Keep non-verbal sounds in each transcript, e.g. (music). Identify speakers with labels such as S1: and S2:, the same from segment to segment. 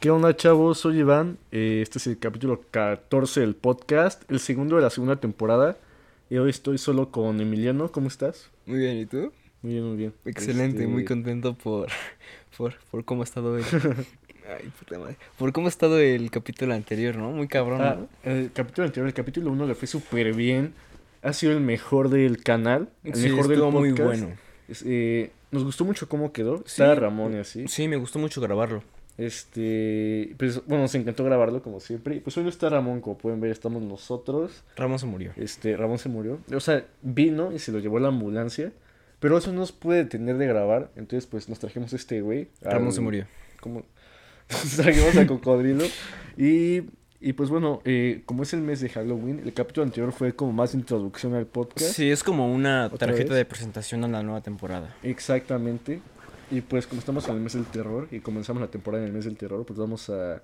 S1: ¿Qué onda, chavos? Soy Iván. Eh, este es el capítulo 14 del podcast, el segundo de la segunda temporada. Y hoy estoy solo con Emiliano. ¿Cómo estás?
S2: Muy bien, ¿y tú?
S1: Muy bien, muy bien.
S2: Excelente,
S1: Este,
S2: muy contento por, (laughs) por, por cómo ha estado (laughs) el... Ay, puta madre. Por cómo ha estado el capítulo anterior, ¿no? Muy cabrón,
S1: ah,
S2: ¿no?
S1: el capítulo anterior, el capítulo 1 le fue súper bien. Ha sido el mejor del canal. El
S2: Sí,
S1: mejor del
S2: estuvo muy
S1: podcast.
S2: bueno.
S1: Es, eh, nos gustó mucho cómo quedó. Estaba Ramón y así.
S2: Sí, me gustó mucho grabarlo.
S1: Este, pues bueno, nos encantó grabarlo como siempre. Y pues hoy no está Ramón, como pueden ver, estamos nosotros.
S2: Ramos se murió.
S1: Este, Ramón se murió. O sea, vino y se lo llevó a la ambulancia. Pero eso no nos puede detener de grabar. Entonces, pues nos trajimos a este güey.
S2: Ramón
S1: al-
S2: se murió.
S1: Como... (laughs) Nos trajimos a Cocodrilo. Y, y pues bueno, eh, como es el mes de Halloween, el capítulo anterior fue como más introducción al podcast.
S2: Sí, es como una
S1: ¿Otra
S2: tarjeta
S1: vez?
S2: de presentación a la nueva temporada.
S1: Exactamente. Y pues como estamos en el mes del terror y comenzamos la temporada en el mes del terror, pues vamos a...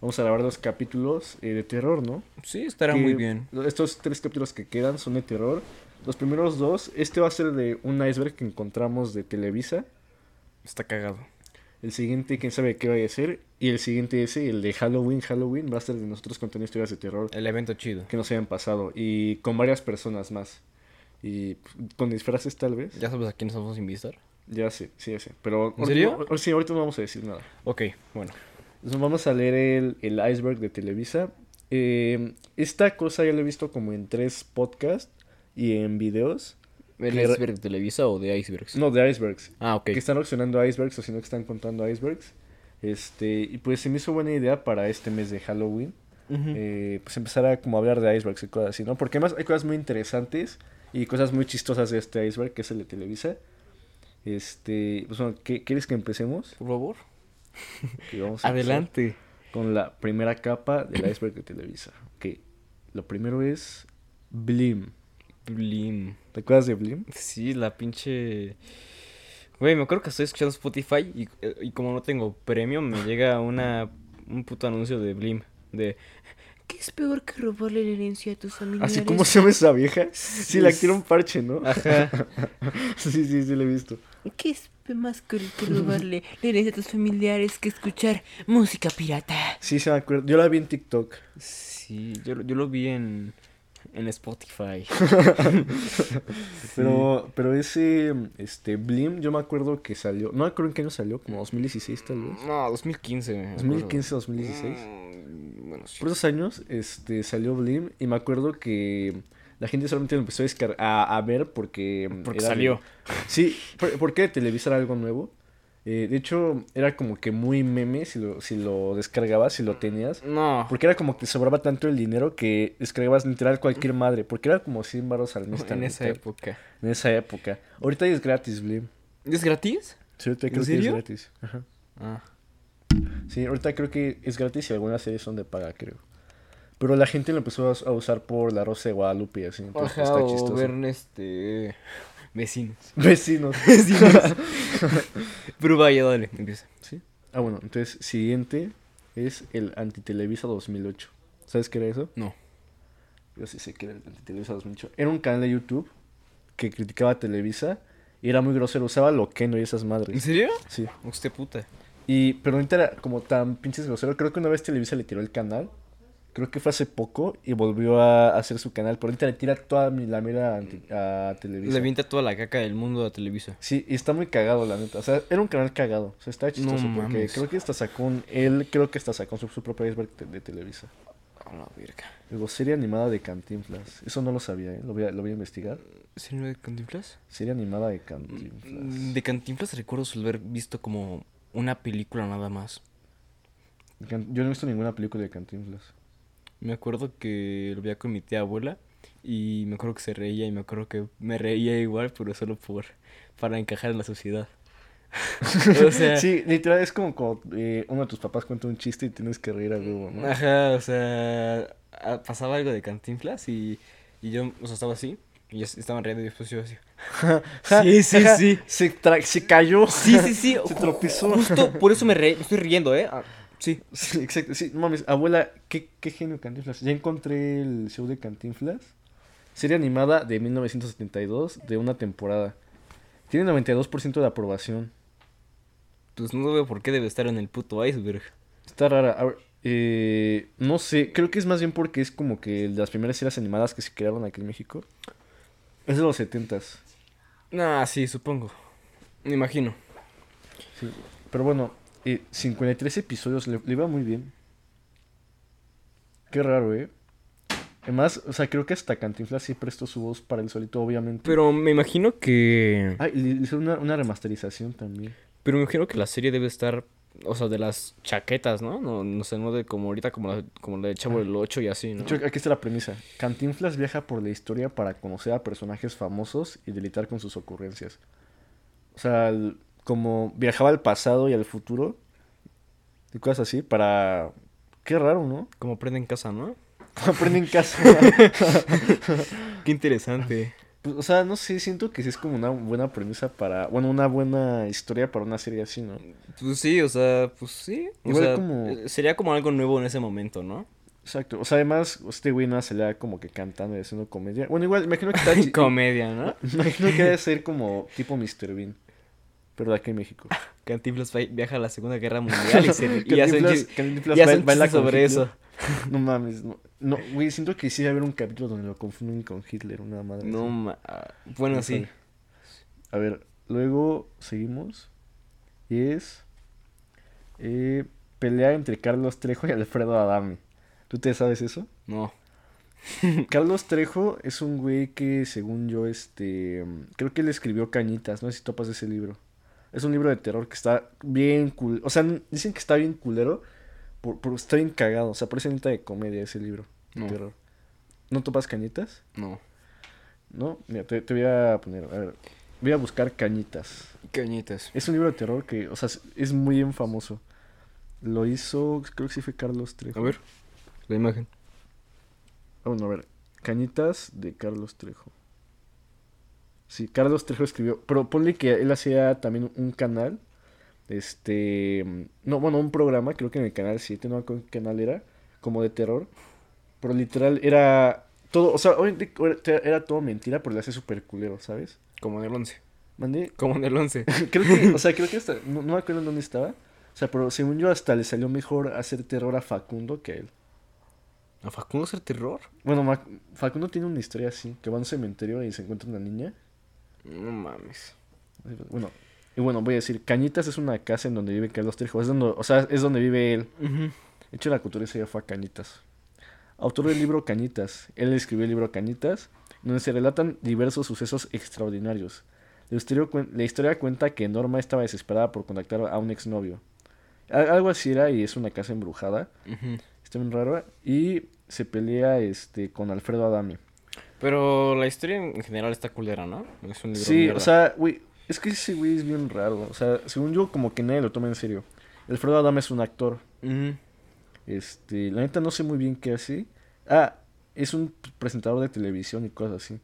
S1: Vamos a grabar los capítulos eh, de terror, ¿no?
S2: Sí, estará
S1: que
S2: muy bien.
S1: Estos tres capítulos que quedan son de terror. Los primeros dos, este va a ser de un iceberg que encontramos de Televisa.
S2: Está cagado.
S1: El siguiente, quién sabe qué vaya a ser. Y el siguiente ese, el de Halloween, Halloween, va a ser de nosotros contando historias de terror
S2: El evento chido.
S1: que nos hayan pasado. Y con varias personas más. Y pues, con disfraces tal vez.
S2: ¿Ya sabes a quién nos vamos a invitar?
S1: Ya sé, sí, ya sé. Pero ahorita
S2: serio?
S1: no- ahor- sí, ahorita no vamos a decir nada.
S2: Ok, bueno.
S1: Nos vamos a leer el, el iceberg de Televisa. Eh, esta cosa ya la he visto como en tres podcasts y en videos.
S2: ¿El
S1: Que-
S2: iceberg de Televisa o de icebergs?
S1: No, de icebergs.
S2: Ah, ok.
S1: Que están reaccionando a icebergs o si no que están contando icebergs. Este, y pues se me hizo buena idea para este mes de Halloween.
S2: Ujú.
S1: eh, pues empezar a como hablar de icebergs y cosas así, ¿no? Porque además hay cosas muy interesantes y cosas muy chistosas de este iceberg que es el de Televisa. Este, pues bueno, ¿qué, ¿quieres que empecemos?
S2: Por favor.
S1: Que vamos a empezar
S2: Adelante.
S1: Con la primera capa del iceberg de Televisa. Ok, lo primero es Blim.
S2: Blim.
S1: ¿Te acuerdas de Blim?
S2: Sí, la pinche. Güey, me acuerdo que estoy escuchando Spotify y, eh, y como no tengo premio, me llega una, un puto anuncio de Blim. De.
S3: ¿Qué es peor que robarle la herencia a tus familiares?
S1: Así como se llama esa vieja. Sí, la
S2: es-
S1: quiero un parche, ¿no?
S2: Ajá.
S1: (laughs) Sí, sí, sí, la he visto.
S3: ¿Qué es pe- más cruel
S1: (laughs)
S3: que robarle la herencia a tus familiares que escuchar música pirata?
S1: Sí, se me acuerdo. Yo la vi en TikTok.
S2: Sí, yo, lo- yo lo vi en. En
S1: (laughs)
S2: Spotify.
S1: Pero, pero ese, este, Blim, yo me acuerdo que salió. No me acuerdo en qué año salió, como 2016 tal vez.
S2: No, 2015. me acuerdo.
S1: 2015, 2016.
S2: Mm, Bueno, sí.
S1: Por esos años, este, salió Blim y me acuerdo que la gente solamente lo empezó a, descar- a, a ver porque...
S2: Porque
S1: era de-
S2: salió.
S1: Sí, por- porque televisar algo nuevo. Eh, de hecho, era como que muy meme si lo, si lo descargabas, si lo tenías.
S2: No.
S1: Porque era como que sobraba tanto el dinero que descargabas literal cualquier madre. Porque era como 100 baros al mes.
S2: en
S1: tal-
S2: esa
S1: tal-
S2: época.
S1: En esa época. Ahorita ya es gratis, Blim.
S2: ¿Es gratis?
S1: Sí, ahorita
S2: ¿En
S1: creo que es
S2: serio?
S1: gratis. Ajá.
S2: Ah.
S1: Sí, ahorita creo que es gratis y algunas series son de paga, creo. Pero la gente lo empezó a a usar por la Rosa de Guadalupe, así. Entonces
S2: Ajá,
S1: está
S2: o
S1: chistoso.
S2: ver este. Vecinos.
S1: (laughs)
S2: (laughs)
S1: Vecinos. (laughs)
S2: Pero vaya, dale, empieza.
S1: Sí. Ah, bueno, entonces, siguiente es el Antitelevisa 2008. ¿Sabes qué era eso?
S2: No.
S1: Yo sí sé que era el Antitelevisa 2008. Era un canal de YouTube que criticaba a Televisa y era muy grosero. Usaba Loquendo y esas
S2: ¿En
S1: madres.
S2: serio?
S1: Sí.
S2: Usted puta.
S1: Y, pero ahorita era como tan pinches grosero. Creo que una vez Televisa le tiró el canal. Creo que fue hace poco y volvió a hacer su canal. Pero ahorita le tira toda mi- la mira a, anti- a Televisa.
S2: Mm. Le pinta toda la caca del mundo a Televisa.
S1: Sí, y está muy cagado, la neta. O sea, era un canal cagado. O sea, está chistoso
S2: No
S1: porque
S2: mames.
S1: creo que hasta sacó un. Él creo que hasta sacó su, su propio iceberg te- de Televisa.
S2: A la verga.
S1: Luego, serie animada de Cantinflas. Eso no lo sabía, ¿eh? Lo voy a, lo voy a investigar.
S2: ¿Señor de Cantinflas?
S1: Serie animada de Cantinflas.
S2: Mm, De Cantinflas recuerdo solo haber visto como una película nada más.
S1: Can- Yo no he visto ninguna película de Cantinflas.
S2: Me acuerdo que lo veía con mi tía abuela y me acuerdo que se reía y me acuerdo que me reía igual, pero solo por para encajar en la sociedad. (laughs) (laughs) o (laughs) sea,
S1: Sí, literal es como cuando eh, uno de tus papás cuenta un chiste y tienes que reír a huevo, ¿no?
S2: Ajá, o sea, a- pasaba algo de cantinflas y, y yo, o sea, estaba así y ellos estaban riendo y después yo así. Sí, sí,
S1: Ajá,
S2: sí.
S1: Se, tra- se cayó.
S2: Sí, sí, sí.
S1: (laughs) Se
S2: ju-
S1: tropezó.
S2: Justo por eso me, re- me estoy riendo, ¿eh? Ah, sí.
S1: (laughs) Sí, exacto. Sí, no mames, abuela, ¿qué, qué genio Cantinflas. Ya encontré el show de Cantinflas. Serie animada de 1972 de una temporada. Tiene 92% de aprobación.
S2: Pues no veo por qué debe estar en el puto iceberg.
S1: Está rara. A ver, eh, no sé, creo que es más bien porque es como que de las primeras series animadas que se crearon aquí en México. Es de los setentas.
S2: Ah, sí, supongo. Me imagino.
S1: Sí. Pero bueno, eh, 53 episodios, le, le iba muy bien. Qué raro, eh. Además, o sea, creo que hasta Cantinflas sí prestó su voz para el solito, obviamente.
S2: Pero me imagino que.
S1: Ah, y le le hicieron una, una remasterización también.
S2: Pero me imagino que la serie debe estar. O sea, de las chaquetas, ¿no? No, no sé, no de como ahorita, como la, como la de Chavo del 8 y así,
S1: De
S2: ¿no?
S1: hecho, aquí está la premisa. Cantinflas viaja por la historia para conocer a personajes famosos y delitar con sus ocurrencias. O sea, el- como viajaba al pasado y al futuro y cosas así para... Qué raro, ¿no? (laughs)
S2: Como prende en casa, ¿no?
S1: Aprende en casa.
S2: Qué interesante.
S1: Pues, o sea, no sé, siento que sí es como una buena premisa para... Bueno, una buena historia para una serie así, ¿no?
S2: Pues sí, o sea, pues sí. O
S1: Igual
S2: sea,
S1: como-
S2: eh, Sería como algo nuevo en ese momento, ¿no?
S1: Exacto. O sea, además, este güey nada se le da como que cantando y haciendo comedia. Bueno, igual, imagino que
S2: (laughs)
S1: está... chi-
S2: Comedia, (laughs) ¿no?
S1: Imagino que debe ser como tipo Mr. Bean. Pero de aquí en México.
S2: Cantinflas va- viaja a la Segunda Guerra Mundial (laughs) y, se, y hacen,
S1: Cantinflas-
S2: chis-
S1: Cantinflas
S2: y
S1: va-
S2: hacen
S1: va en la
S2: chistes sobre
S1: Confitio.
S2: eso.
S1: (laughs) No mames, no. No, güey, siento que sí va a haber un capítulo donde lo confunden con Hitler, una madre.
S2: No,
S1: así.
S2: ma- ah, bueno,
S1: No
S2: sí.
S1: sabe. A ver, luego seguimos. Y es. eh, pelea entre Carlos Trejo y Alfredo Adame. ¿Tú te sabes eso?
S2: No.
S1: Carlos Trejo es un güey que, según yo, este. mm, Creo que le escribió Cañitas, no sé si topas ese libro. Es un libro de terror que está bien cool. O sea, n- dicen que está bien culero, por, por- está bien cagado. O sea, parece neta de comedia ese libro de
S2: No.
S1: terror. ¿No topas Cañitas?
S2: No.
S1: No, mira, te, te voy a poner. A ver, voy a buscar Cañitas.
S2: Cañitas.
S1: Es un libro de terror que, o sea, es- es muy bien famoso. Lo hizo, creo que sí fue Carlos Trejo.
S2: A ver. La imagen.
S1: Ah, Bueno, a ver. Cañitas de Carlos Trejo. Sí, Carlos Trejo escribió. Pero ponle que él hacía también un canal. Este. mm, No, bueno, un programa, creo que en el canal 7, no me acuerdo qué canal era. Como de terror. Pero literal era. Todo, o sea, obviamente era- era todo mentira, pero le hace súper culero, ¿sabes?
S2: Como en el 11.
S1: Mandé. (laughs)
S2: Como en el 11.
S1: Creo que, o sea, creo que hasta. No, no me acuerdo en dónde estaba. O sea, pero según yo, hasta le salió mejor hacer terror a Facundo que a él.
S2: ¿A Facundo hacer terror?
S1: Bueno, Mac- Facundo tiene una historia así, que va a un cementerio y se encuentra una niña.
S2: No mames.
S1: Bueno, y bueno, voy a decir, Cañitas es una casa en donde vive Carlos Trejo, es donde, o sea, es donde vive él. De hecho, la cultura ya fue a Cañitas. Autor del libro Cañitas, él escribió el libro Cañitas, donde se relatan diversos sucesos extraordinarios. La historia, cuen- la historia cuenta que Norma estaba desesperada por contactar a un exnovio. Al- Algo así era y es una casa embrujada, está bien raro, y se pelea este, con Alfredo Adame.
S2: Pero la historia en general está culera, ¿no? Es un libro
S1: Sí, o sea, güey, es que ese güey es bien raro. O sea, según yo, como que nadie lo toma en serio. Alfredo Adame es un actor. Este, la neta no sé muy bien qué hace. Ah, es un p- presentador de televisión y cosas así.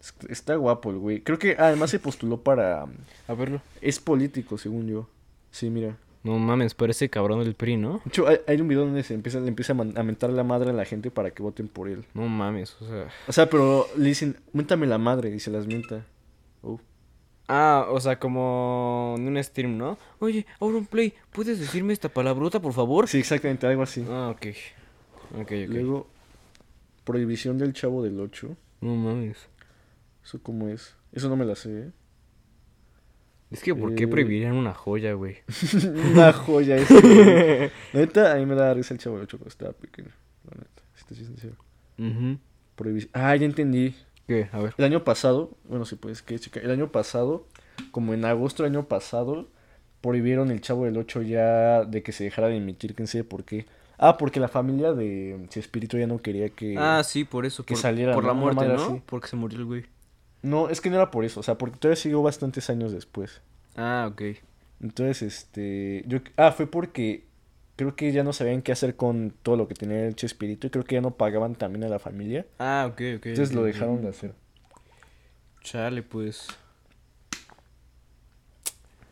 S1: Es- Está guapo el güey. Creo que ah, además se postuló para...
S2: A verlo.
S1: Es político, según yo. Sí, mira.
S2: No mames, parece cabrón del PRI, ¿no?
S1: De hecho, hay, hay un video donde se empieza, le empieza a, man- a mentar la madre a la gente para que voten por él.
S2: No mames, o sea.
S1: O sea, pero le dicen, miéntame la madre, y se las mienta. Oh.
S2: Ah, o sea, como en un stream, ¿no?
S3: Oye, Auronplay, ¿puedes decirme esta palabrota, por favor?
S1: Sí, exactamente, algo así.
S2: Ah, ok. Ok, ok.
S1: Luego, prohibición del chavo del 8.
S2: No mames.
S1: ¿Eso cómo es? Eso no me la sé, ¿eh? (laughs)
S2: Es que, ¿por qué
S1: Eh.
S2: prohibirían una joya, güey?
S1: Una joya esa. güey. La neta, a mí me da risa el chavo del 8 cuando estaba pequeño. La neta, si te soy sincero.
S2: Ujú.
S1: Prohibición. Ah, ya entendí.
S2: ¿Qué? A ver.
S1: El año pasado, bueno, si puedes que checar. El año pasado, como en agosto del año pasado, prohibieron el chavo del 8 ya de que se dejara de emitir. ¿Quién sabe por qué? Ah, porque la familia de Chespirito ya no quería que.
S2: Ah, sí, por eso.
S1: que
S2: por,
S1: saliera,
S2: por
S1: ¿no?
S2: la
S1: Una
S2: muerte,
S1: madre
S2: ¿no?
S1: así.
S2: Porque se murió el güey.
S1: No, es que no era por eso. O sea, porque todavía siguió bastantes años después.
S2: Ah, ok.
S1: Entonces, este, yo, ah, fue porque creo que ya no sabían qué hacer con todo lo que tenía el Chespirito y creo que ya no pagaban también a la familia.
S2: Ah, ok, ok.
S1: Entonces lo
S2: ok.
S1: dejaron de hacer.
S2: Chale, pues.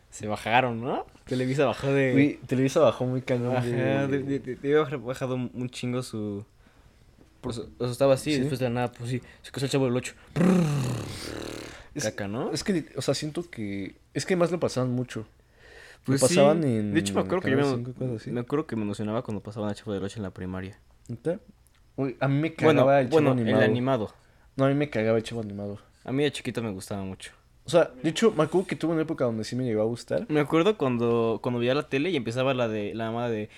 S2: Se bajaron, ¿no? Televisa bajó de.
S1: Uy, Televisa bajó muy cañón
S2: eh,
S1: de-
S2: Ajá, de- de- de- debe haber bajado un un chingo su. por su- o sea, estaba así,
S1: Sí.
S2: después de la nada, pues sí, se cruzó el chavo del 8. Caca, ¿no?
S1: Es que, o sea, siento que, es que más lo pasaban mucho.
S2: Pues
S1: Lo
S2: sí.
S1: pasaban en
S2: De hecho, me acuerdo que yo
S1: Canal
S2: me,
S1: cinco, cosas así.
S2: me acuerdo que me emocionaba cuando pasaban a Chavo del 8 en la primaria.
S1: ¿Neta? Uy, a mí me cagaba
S2: Bueno,
S1: el chavo
S2: bueno,
S1: animado.
S2: el animado.
S1: No, a mí me cagaba el chavo animado.
S2: A mí de chiquito me gustaba mucho.
S1: O sea, de hecho, me acuerdo que tuve una época donde sí me llegó a gustar.
S2: Me acuerdo cuando, cuando veía la tele y empezaba la de la mamada de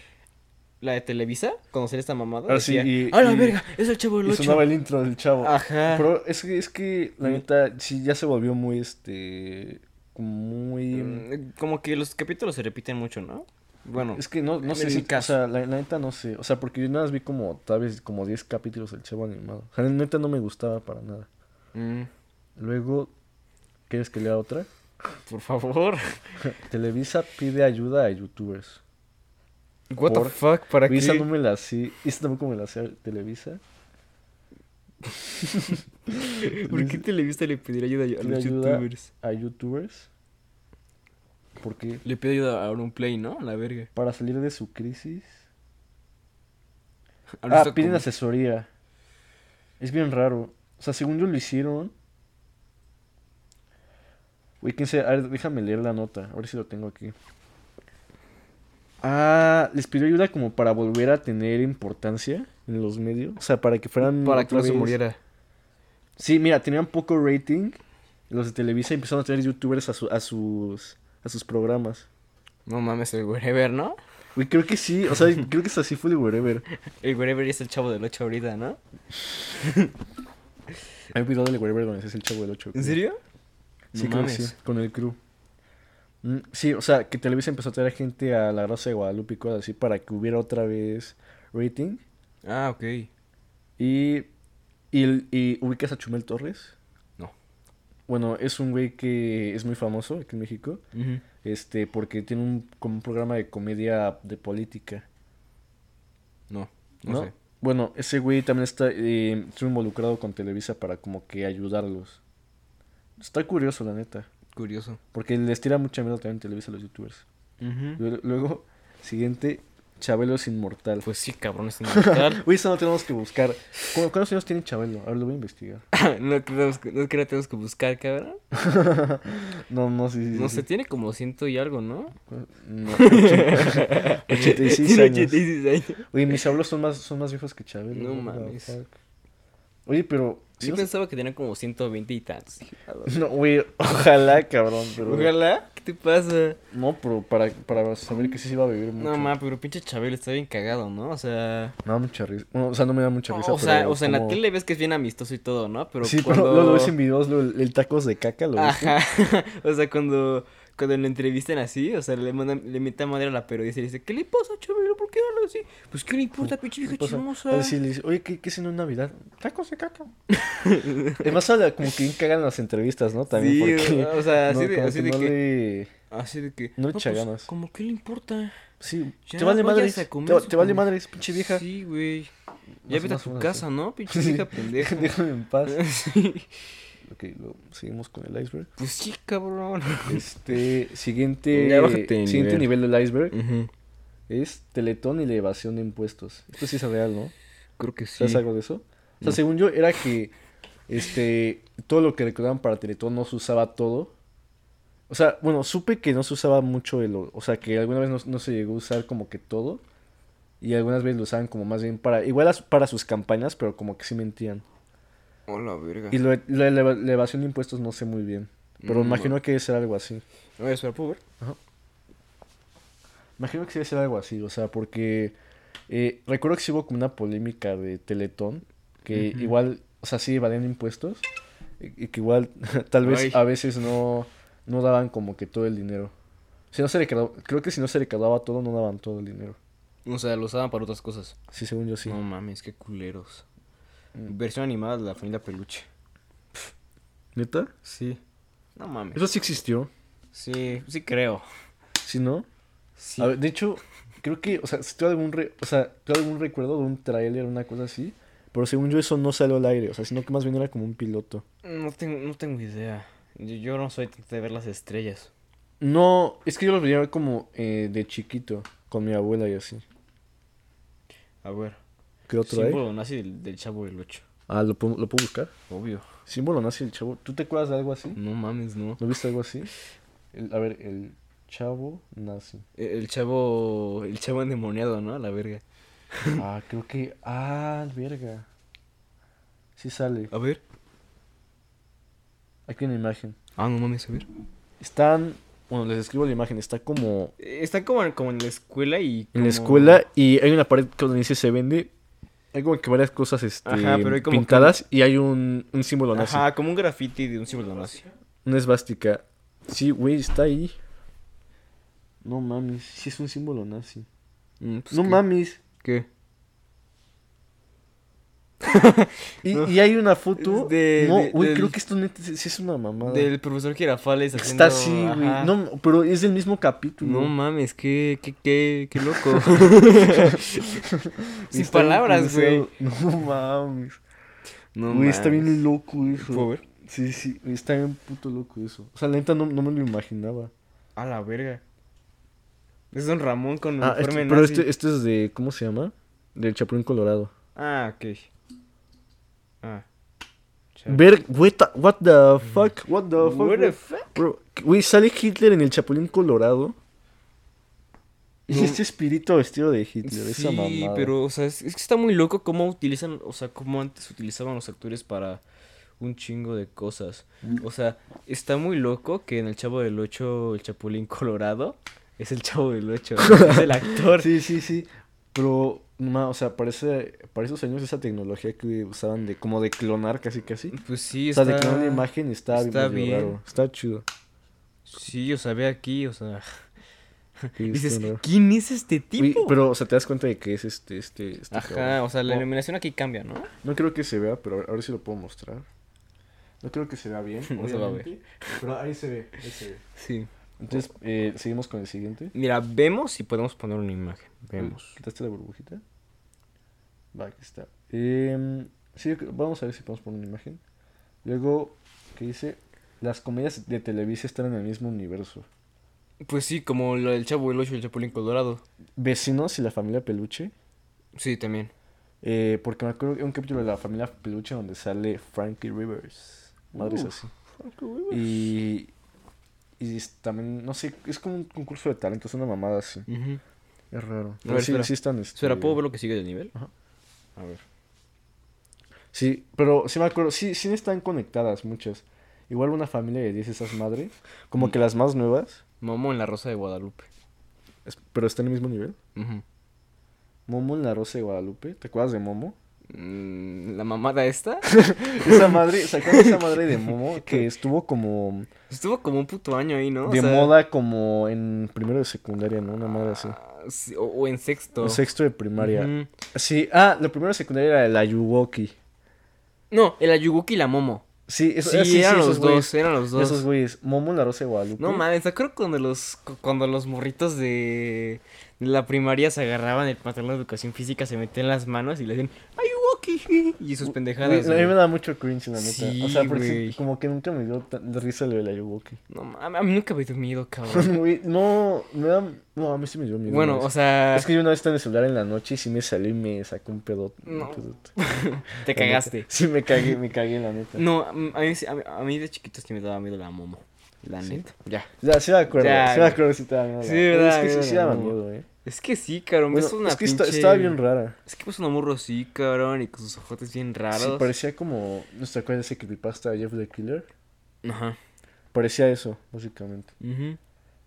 S2: la de Televisa, cuando salía esta mamada,
S1: Ah,
S2: decía,
S1: sí, y-
S2: ¡A la
S1: y-
S2: verga! Es el Chavo del
S1: Y
S2: 8.
S1: sonaba el intro del chavo.
S2: Ajá.
S1: Pero es que, es que la
S2: Mm.
S1: neta, sí, ya se volvió muy, este, como muy...
S2: Mm, Como que los capítulos se repiten mucho, ¿no? Bueno,
S1: Es que no, no
S2: en
S1: sé
S2: mi
S1: si, o
S2: caso.
S1: sea, la, la neta no sé, o sea, porque yo nada más vi como, tal vez, como 10 capítulos del chavo animado. O sea, la neta no me gustaba para nada.
S2: mm,
S1: Luego, ¿quieres que lea otra?
S2: por
S1: (laughs)
S2: favor.
S1: Televisa pide ayuda a youtubers.
S2: What
S1: the Por-
S2: fuck, ¿para
S1: Televisa (laughs) no me la sé, esta tampoco me la sé Televisa.
S2: ¿Por qué Televisa le pedirá ayuda a
S1: Pide
S2: los
S1: ayuda
S2: youtubers?
S1: a youtubers. Porque
S2: Le pide ayuda a Auronplay, ¿no? A la verga.
S1: para salir de su crisis.
S2: Ahora
S1: Ah,
S2: está
S1: piden
S2: como-
S1: asesoría. Es bien raro. O sea, según yo lo hicieron. Güey, quién sabe. A ver, déjame leer la nota. A ver si lo tengo aquí. Ah, les pidió ayuda como para volver a tener importancia en los medios. O sea, para que fueran.
S2: Para que
S1: otra
S2: no se
S1: vez-
S2: muriera.
S1: Sí, mira, tenían poco rating. Los de Televisa empezaron a tener youtubers a, su- a sus a sus programas.
S2: No mames, el Wherever, ¿no?
S1: Güey, creo que sí. O (laughs) sea, creo que es así fue el wherever.
S2: El Wherever es el chavo del 8 ahorita, ¿no?
S1: Hay un video del wherever donde es el chavo del 8.
S2: ¿En serio?
S1: Sí, creo
S2: No
S1: que
S2: mames.
S1: sí, con el crew. Mm, sí, o sea, que Televisa empezó a traer gente a la Rosa de Guadalupe y cosas así para que hubiera otra vez rating.
S2: Ah, ok.
S1: Y, y, el- y ubicas a Chumel Torres.
S2: No.
S1: Bueno, es un güey que es muy famoso aquí en México. Este, porque tiene un, como un programa de comedia de política.
S2: No, no,
S1: ¿No?
S2: sé.
S1: Bueno, ese güey también está, eh, estuvo involucrado con Televisa para como que ayudarlos. Está curioso, la neta.
S2: Curioso.
S1: Porque les tira mucha mierda también Televisa a los youtubers. Lu- Luego, siguiente, Chabelo es inmortal.
S2: Pues sí, cabrón, es inmortal.
S1: Uy, eso no tenemos que buscar. ¿Cu- ¿Cuántos años tiene Chabelo? A ver, lo voy a investigar.
S2: (laughs) no, tenemos que, no es que la tenemos que buscar, cabrón.
S1: No, no, sí, sí.
S2: No
S1: sí.
S2: sé, tiene como ciento y algo, ¿no?
S1: Cu- No,
S2: (laughs)
S1: ocho- 86
S2: Tiene
S1: años.
S2: 86 años.
S1: Oye, mis abuelos son más, son más viejos que Chabelo.
S2: No
S1: what the
S2: mames.
S1: fuck. Oye, pero. sí
S2: Yo
S1: nos-
S2: pensaba que tenía como 120 y tantos.
S1: No, güey, ojalá, cabrón. Pero...
S2: Ojalá. ¿Qué te pasa?
S1: No, pero para, para saber que sí se iba a vivir mucho.
S2: No, ma, pero pinche Chabelo está bien cagado, ¿no? O sea...
S1: Me da mucha risa. Bueno, o sea, no me da mucha risa.
S2: O sea,
S1: pero
S2: o sea, en la
S1: como-
S2: tele ves que es bien amistoso y todo, ¿no? Pero
S1: sí,
S2: cuando... Ah,
S1: pero luego lo ves en videos, luego el, el tacos de caca, lo ves.
S2: Ajá. (laughs) O sea, cuando, cuando lo entrevistan así, o sea, le mandan, le mete a madre a la periodista y le dice, ¿qué le pasa, Chabelo? ¿Por qué habla así? Pues qué le importa, pinche vieja
S1: pasa? Ah,
S2: chismosa.
S1: A decir, le dice, oye, ¿qué, qué es en Navidad? Tacos de caca. (laughs) Además, habla como que bien cagan las entrevistas, ¿no?
S2: Sí,
S1: También porque.
S2: o sea, así
S1: no,
S2: de-
S1: como
S2: así
S1: que
S2: de
S1: no
S2: que-
S1: le-
S2: Así de que.
S1: No le echa
S2: pues,
S1: ganas.
S2: Como que le importa.
S1: Sí,
S2: Ya
S1: te vale
S2: vayas
S1: madres.
S2: a
S1: Te,
S2: comer
S1: va-
S2: su
S1: te vale
S2: comida.
S1: madres, pinche vieja.
S2: Sí, güey. Ya
S1: Más o
S2: vete a
S1: menos
S2: tu
S1: una
S2: casa,
S1: así.
S2: ¿no? Pinche vieja
S1: (laughs)
S2: pendeja. (laughs)
S1: Déjame en paz.
S2: Sí.
S1: ok, luego seguimos con el iceberg.
S2: Pues sí,
S1: (laughs)
S2: cabrón.
S1: Este, siguiente,
S2: Ya bájate de
S1: siguiente
S2: nivel.
S1: nivel. del iceberg es Teletón y la evasión de impuestos. Esto sí es real, ¿no?
S2: Creo que sí.
S1: ¿Sabes algo de eso? O sea,
S2: No.
S1: según yo, era que este todo lo que recaudaban para Teletón no se usaba todo. O sea, bueno, supe que no se usaba mucho el... O sea, que alguna vez no, no se llegó a usar como que todo. Y algunas veces lo usaban como más bien para... Igual as- para sus campañas, pero como que sí mentían.
S2: Hola, verga.
S1: Y lo, de- la eleva- la evasión de impuestos no sé muy bien. Pero
S2: Mm,
S1: imagino que debe ser algo así.
S2: A ver, espera, ¿puedo ver?
S1: Imagino que sí debe ser algo así, o sea, porque eh, recuerdo que sí hubo como una polémica de Teletón, que
S2: Ujú.
S1: igual, o sea, sí evadían impuestos, y, y que igual (laughs) tal vez
S2: Ay.
S1: a veces no, no daban como que todo el dinero. Si no se recaudaba, creo que si no se recaudaba todo, no daban todo el dinero.
S2: O sea, lo usaban para otras cosas.
S1: Sí, según yo sí.
S2: No mames, qué culeros.
S1: Mm.
S2: Versión animada de la familia peluche.
S1: ¿Neta?
S2: Sí. No mames.
S1: Eso sí existió,
S2: Sí, sí creo.
S1: ¿sí no?
S2: Sí.
S1: A ver, de hecho, creo que, o sea, si tengo algún, re- o sea, tengo algún recuerdo de un tráiler, una cosa así, pero según yo eso no salió al aire, o sea, sino que más bien era como un piloto.
S2: No tengo, no tengo idea. Yo, yo no soy tanto de ver las estrellas.
S1: No, es que yo los veía como eh, de chiquito, con mi abuela y así.
S2: A ver.
S1: ¿Qué otro hay?
S2: Símbolo nazi del, del chavo del 8.
S1: Ah, ¿lo puedo, lo puedo buscar?
S2: Obvio.
S1: Símbolo nazi el chavo. ¿Tú te acuerdas de algo así?
S2: No mames, no.
S1: ¿No viste algo así? El- a ver, el Chavo
S2: (laughs)
S1: nazi.
S2: El E, el chavo, el chavo endemoniado, ¿no? A la verga.
S1: Ah, creo que. Ah, verga. Sí sale.
S2: A ver.
S1: Aquí una imagen.
S2: Ah, no mames, a ver.
S1: Están. Bueno, les escribo la imagen. Está como
S2: Está como, en- como en la escuela y...
S1: en
S2: como-
S1: la escuela y hay una pared que donde dice se vende. Hay como que varias cosas este,
S2: Ajá, pero hay como que-
S1: pintadas y hay un, un símbolo nazi.
S2: Ajá, como un graffiti de un símbolo nazi.
S1: Una esvástica. Sí, güey, está ahí. No mames, sí es un símbolo nazi.
S2: Mm, pues,
S1: no
S2: ¿qué?
S1: mames.
S2: ¿Qué?
S1: Y,
S2: No.
S1: y hay una foto.
S2: Es de-
S1: no,
S2: de-
S1: güey,
S2: del-
S1: creo que esto neta sí sí es una mamada.
S2: Del profesor Girafales haciendo...
S1: Está así, güey.
S2: ajá.
S1: No, pero es del mismo capítulo.
S2: No mames, qué, qué, qué, qué (laughs) loco. Sin
S1: Está
S2: palabras, güey.
S1: demasiado- (laughs) No mames.
S2: No
S1: Güey, está
S2: mames.
S1: bien loco eso.
S2: ¿Puedo ver?
S1: Sí, sí, güey, está bien puto loco eso. O sea, la neta no, no me lo imaginaba.
S2: A la verga. Es Don Ramón con
S1: Ah, esto-
S2: uniforme
S1: pero
S2: nazi.
S1: esto, esto es de, ¿cómo se llama? Del Chapulín Colorado.
S2: Ah, ok. Ah. Chale.
S1: Ver, güey, ta- what the fuck, what the fuck.
S2: What
S1: güey.
S2: the fuck?
S1: Bro, güey, sale Hitler en el Chapulín Colorado. Es
S2: No.
S1: este espíritu vestido de Hitler, esa
S2: Sí,
S1: mamada.
S2: pero, o sea, es, es que está muy loco cómo utilizan, o sea, cómo antes utilizaban los actores para un chingo de cosas. O sea, está muy loco que en El Chavo del Ocho, el Chapulín Colorado, es el Chavo del Ocho, (laughs) es el actor.
S1: Sí, sí, sí. Pero, no, ma, o sea, para, ese- para esos años esa tecnología que usaban de como de clonar casi casi.
S2: Pues sí,
S1: o sea,
S2: está...
S1: de clonar la imagen está,
S2: está
S1: medio
S2: bien.
S1: raro. Está chido.
S2: Sí, o sea, ve aquí, o sea...
S1: Sí,
S2: (laughs) Dices,
S1: está raro.
S2: ¿quién es este
S1: Uy,
S2: tipo?
S1: pero, o sea, te das cuenta de que es este, este, este
S2: Ajá,
S1: cabrón.
S2: o sea, la
S1: No,
S2: iluminación aquí cambia, ¿no?
S1: No creo que se vea, pero a ver- a ver si lo puedo mostrar. (laughs) No creo que se vea bien,
S2: No se va a ver.
S1: obviamente, Pero ahí se ve, ahí se ve.
S2: Sí.
S1: Entonces, eh, seguimos con el siguiente.
S2: Mira, vemos y podemos poner una imagen. Vemos.
S1: ¿Quitaste la burbujita? Va, aquí está. Em, sí, yo creo- vamos a ver si podemos poner una imagen. Luego, ¿qué dice? Las comedias de Televisa están en el mismo universo.
S2: Pues sí, como lo del Chavo del Ocho y el Chapulín Colorado.
S1: Vecinos y la familia Peluche.
S2: Sí, también.
S1: eh, porque me acuerdo de un capítulo de la familia Peluche donde sale Frankie Rivers. Madres
S2: Uh,
S1: así. Y, y es- también, no sé, es como un concurso de talentos, una mamada así. Es raro. Pero
S2: ver,
S1: sí,
S2: espera.
S1: sí están. este,
S2: Espera, ¿puedo ver lo que sigue del nivel?
S1: Ajá.
S2: A ver.
S1: Sí, pero sí me acuerdo, sí, sí están conectadas muchas. Igual una familia de 10 esas madre,
S2: Mm.
S1: como que las más nuevas,
S2: Momo en la Rosa de Guadalupe.
S1: es- pero está en el mismo nivel. Momo en la Rosa de Guadalupe, ¿te acuerdas de Momo?
S2: Mm, La mamada
S1: (laughs)
S2: esta
S1: Esa madre, ¿se acuerdan de esa madre de
S2: (laughs)
S1: Momo que estuvo como
S2: estuvo como un puto año ahí, ¿no? O
S1: de
S2: sea,
S1: moda como en primero de secundaria, ¿no? Una madre así.
S2: ah, sí, o, o en sexto.
S1: O sexto de primaria.
S2: Oh. Ujú.
S1: Sí, ah, lo primero de secundaria era la Yuwoki.
S2: No, el Ayuguki y la Momo.
S1: Sí, eso,
S2: Sí,
S1: ah, sí, sí,
S2: eran
S1: esos
S2: los
S1: güeyes.
S2: dos, eran los dos.
S1: Esos güeyes, Momo en la Rosa de Guadalupe.
S2: No mames, ¿te acuerdas cuando los, cu- cuando los morritos de de la primaria se agarraban el patrón de educación física, se metían las manos y le decían ¡Ayuwoki! (laughs) Y sus
S1: Güey,
S2: pendejadas.
S1: a mí me
S2: güey.
S1: da mucho cringe, la neta. o sea,
S2: Sí,
S1: porque
S2: güey.
S1: como que nunca me dio tan- risa lo de la Yuwoki. (laughs)
S2: No mames, a mí nunca me dio miedo, cabrón.
S1: Güey, no, me da. No, a mí sí me dio miedo.
S2: bueno,
S1: una
S2: o
S1: vez.
S2: sea,
S1: Es que yo una vez estaba en el celular en la noche y sí me salió y me sacó un pedo. un
S2: No,
S1: pedote,
S2: (laughs) te
S1: la neta.
S2: cagaste.
S1: Sí, me cagué, me cagué, la
S2: (laughs)
S1: neta.
S2: No, a mí, a mí sí- a mí- a mí de chiquito sí me daba miedo la momo. La neta. Ya.
S1: Ya, sí me acuerdo,
S2: Ya,
S1: sí me
S2: güey.
S1: acuerdo, sí te daba miedo.
S2: Sí,
S1: la-
S2: me
S1: pero
S2: daba
S1: Es que
S2: miedo
S1: sí, sí
S2: la
S1: daba
S2: mamá.
S1: miedo, eh.
S2: Es que sí, cabrón.
S1: Bueno,
S2: es una
S1: es que esta-
S2: pinche...
S1: estaba bien rara.
S2: Es que puso una morro así, cabrón, y con sus ojotes bien raros.
S1: Sí, parecía como. ¿No te acuerdas de ese creepypasta de Jeff the Killer?
S2: Ajá.
S1: Parecía eso, básicamente.
S2: Ujú.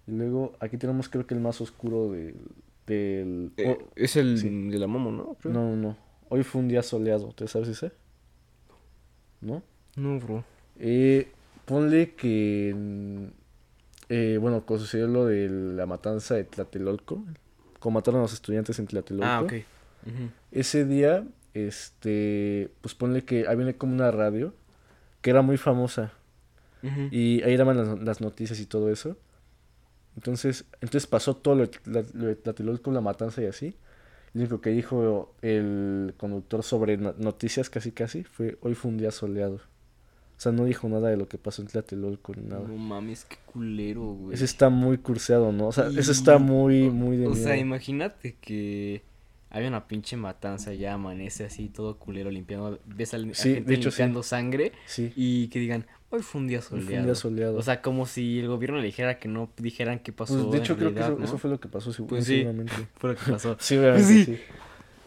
S1: Y luego, aquí tenemos creo que el más oscuro de- del.
S2: Eh,
S1: oh,
S2: es el
S1: sí.
S2: de la momo, ¿no? Creo.
S1: no, no, no. Hoy fue un día soleado, ¿te sabes ese? ¿No?
S2: No, bro.
S1: Eh, ponle que. mm, eh, bueno, cuando sucedió lo de la matanza de Tlatelolco, como mataron a los estudiantes en Tlatelolco.
S2: Ah, ok. Ujú.
S1: Ese día, este. Pues ponle que había como una radio que era muy famosa
S2: Ujú.
S1: y ahí daban las, las noticias y todo eso. Entonces, entonces pasó todo lo, de Tla- lo de Tlatelolco, la matanza y así. Lo único que dijo el conductor sobre no- noticias casi casi fue hoy fue un día soleado. O sea, no dijo nada de lo que pasó en Tlatelolco ni nada.
S2: No mames, qué culero, güey.
S1: Eso está muy curseado, ¿no? O sea, eso
S2: Y-
S1: está muy, muy de
S2: O sea,
S1: miedo.
S2: imagínate que hay una pinche matanza, ya amanece así, todo culero, limpiando. Ves a, la
S1: Sí,
S2: gente
S1: de hecho, sí.
S2: limpiando sangre
S1: Sí.
S2: y que digan, Hoy fue un día
S1: fue un
S2: soleado.
S1: día soleado.
S2: O sea, como si el gobierno le dijera que no dijeran qué pasó.
S1: Pues de hecho
S2: en
S1: creo que
S2: realidad,
S1: eso,
S2: ¿no?
S1: eso fue lo que pasó sí,
S2: Pues sí.
S1: seguramente.
S2: Fue lo que pasó.
S1: Sí, obviamente,
S2: Sí.
S1: sí.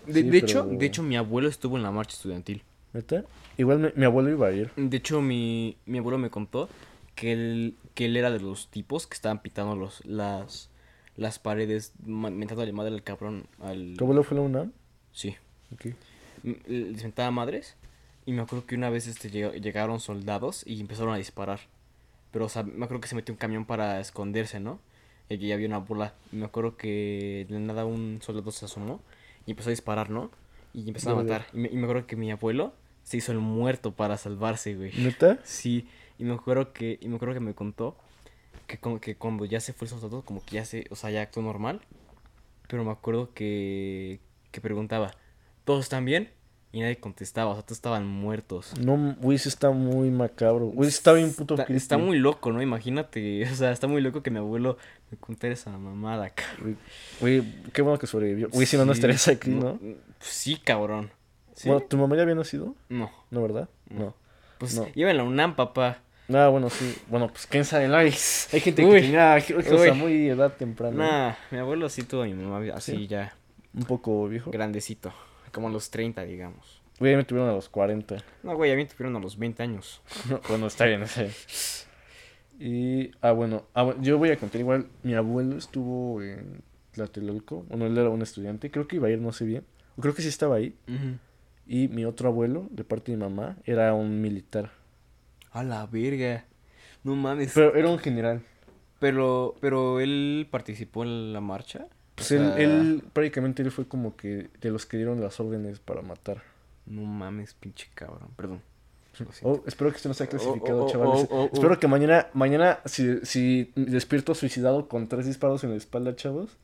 S2: De,
S1: Sí,
S2: de hecho,
S1: pero-
S2: de hecho, mi abuelo estuvo en la marcha estudiantil.
S1: ¿Neta? Igual mi, mi abuelo iba a ir.
S2: De hecho, mi, mi abuelo me contó que él, que él era de los tipos que estaban pintando los, las, las paredes, ma- mentándole madre al cabrón. Al...
S1: ¿Tu abuelo fue a la UNAM?
S2: Sí.
S1: Ok.
S2: M- Les mentaba madres. Y me acuerdo que una vez este, llega- llegaron soldados y empezaron a disparar. Pero, o sea, me acuerdo que se metió un camión para esconderse, ¿no? Y que ya había una bola. Y me acuerdo que de nada un soldado se asomó y empezó a disparar, ¿no? Y empezó a
S1: Vale.
S2: matar. Y me, y me acuerdo que mi abuelo se hizo el muerto para salvarse, güey.
S1: ¿Neta?
S2: Sí, y me acuerdo que, y me acuerdo que me contó que, como que cuando ya se fue el soldado, como que ya se, o sea, ya actuó normal. Pero me acuerdo que, que preguntaba, ¿todos están bien? Y nadie contestaba, o sea, todos estaban muertos.
S1: No, güey, sí está muy macabro. Güey, sí está bien puto
S2: Está,
S1: creepy.
S2: está muy loco, ¿no? Imagínate, (laughs) o sea, está muy loco que mi abuelo me contara esa mamada, cabrón.
S1: Güey, Güey, qué bueno que sobrevivió. Güey, si no, no
S2: Sí, Mm, pues
S1: estarías aquí, ¿no?
S2: Sí, cabrón. ¿Sí?
S1: Bueno, ¿tu mamá ya había nacido?
S2: no,
S1: No, ¿verdad? No.
S2: pues
S1: No.
S2: iba en la UNAM, papá.
S1: Ah, bueno, sí. Bueno, pues quién sabe, ¿no? Hay, hay gente
S2: Uy.
S1: que tenía cosa
S2: Uy.
S1: muy edad temprana.
S2: Nah, mi abuelo sí tuvo a mi mamá así
S1: ¿Sí?
S2: ya
S1: Un poco viejo.
S2: grandecito, como a los 30, digamos.
S1: Güey, me tuvieron a los 40.
S2: No, güey, a mí tuvieron a los 20 años.
S1: (laughs) bueno, está bien, está bien. Y, ah, bueno, ah, bueno, yo voy a contar igual. Mi abuelo estuvo en Tlatelolco. Bueno, él era un estudiante. Creo que iba a ir, no sé bien. Creo que sí estaba ahí. Y mi otro abuelo, de parte de mi mamá, era un militar.
S2: A la verga. No mames. Pero,
S1: Pero era un general.
S2: pero, él participó en la marcha.
S1: Pues
S2: O
S1: él,
S2: sea,
S1: él, prácticamente, él fue como que de los que dieron las órdenes para matar.
S2: No mames, pinche cabrón. Perdón. Lo siento.
S1: Oh, espero que esto no sea clasificado,
S2: oh, oh,
S1: chavales.
S2: oh, oh, oh.
S1: Espero que mañana, mañana, si, si despierto suicidado con tres disparos en la espalda, chavos.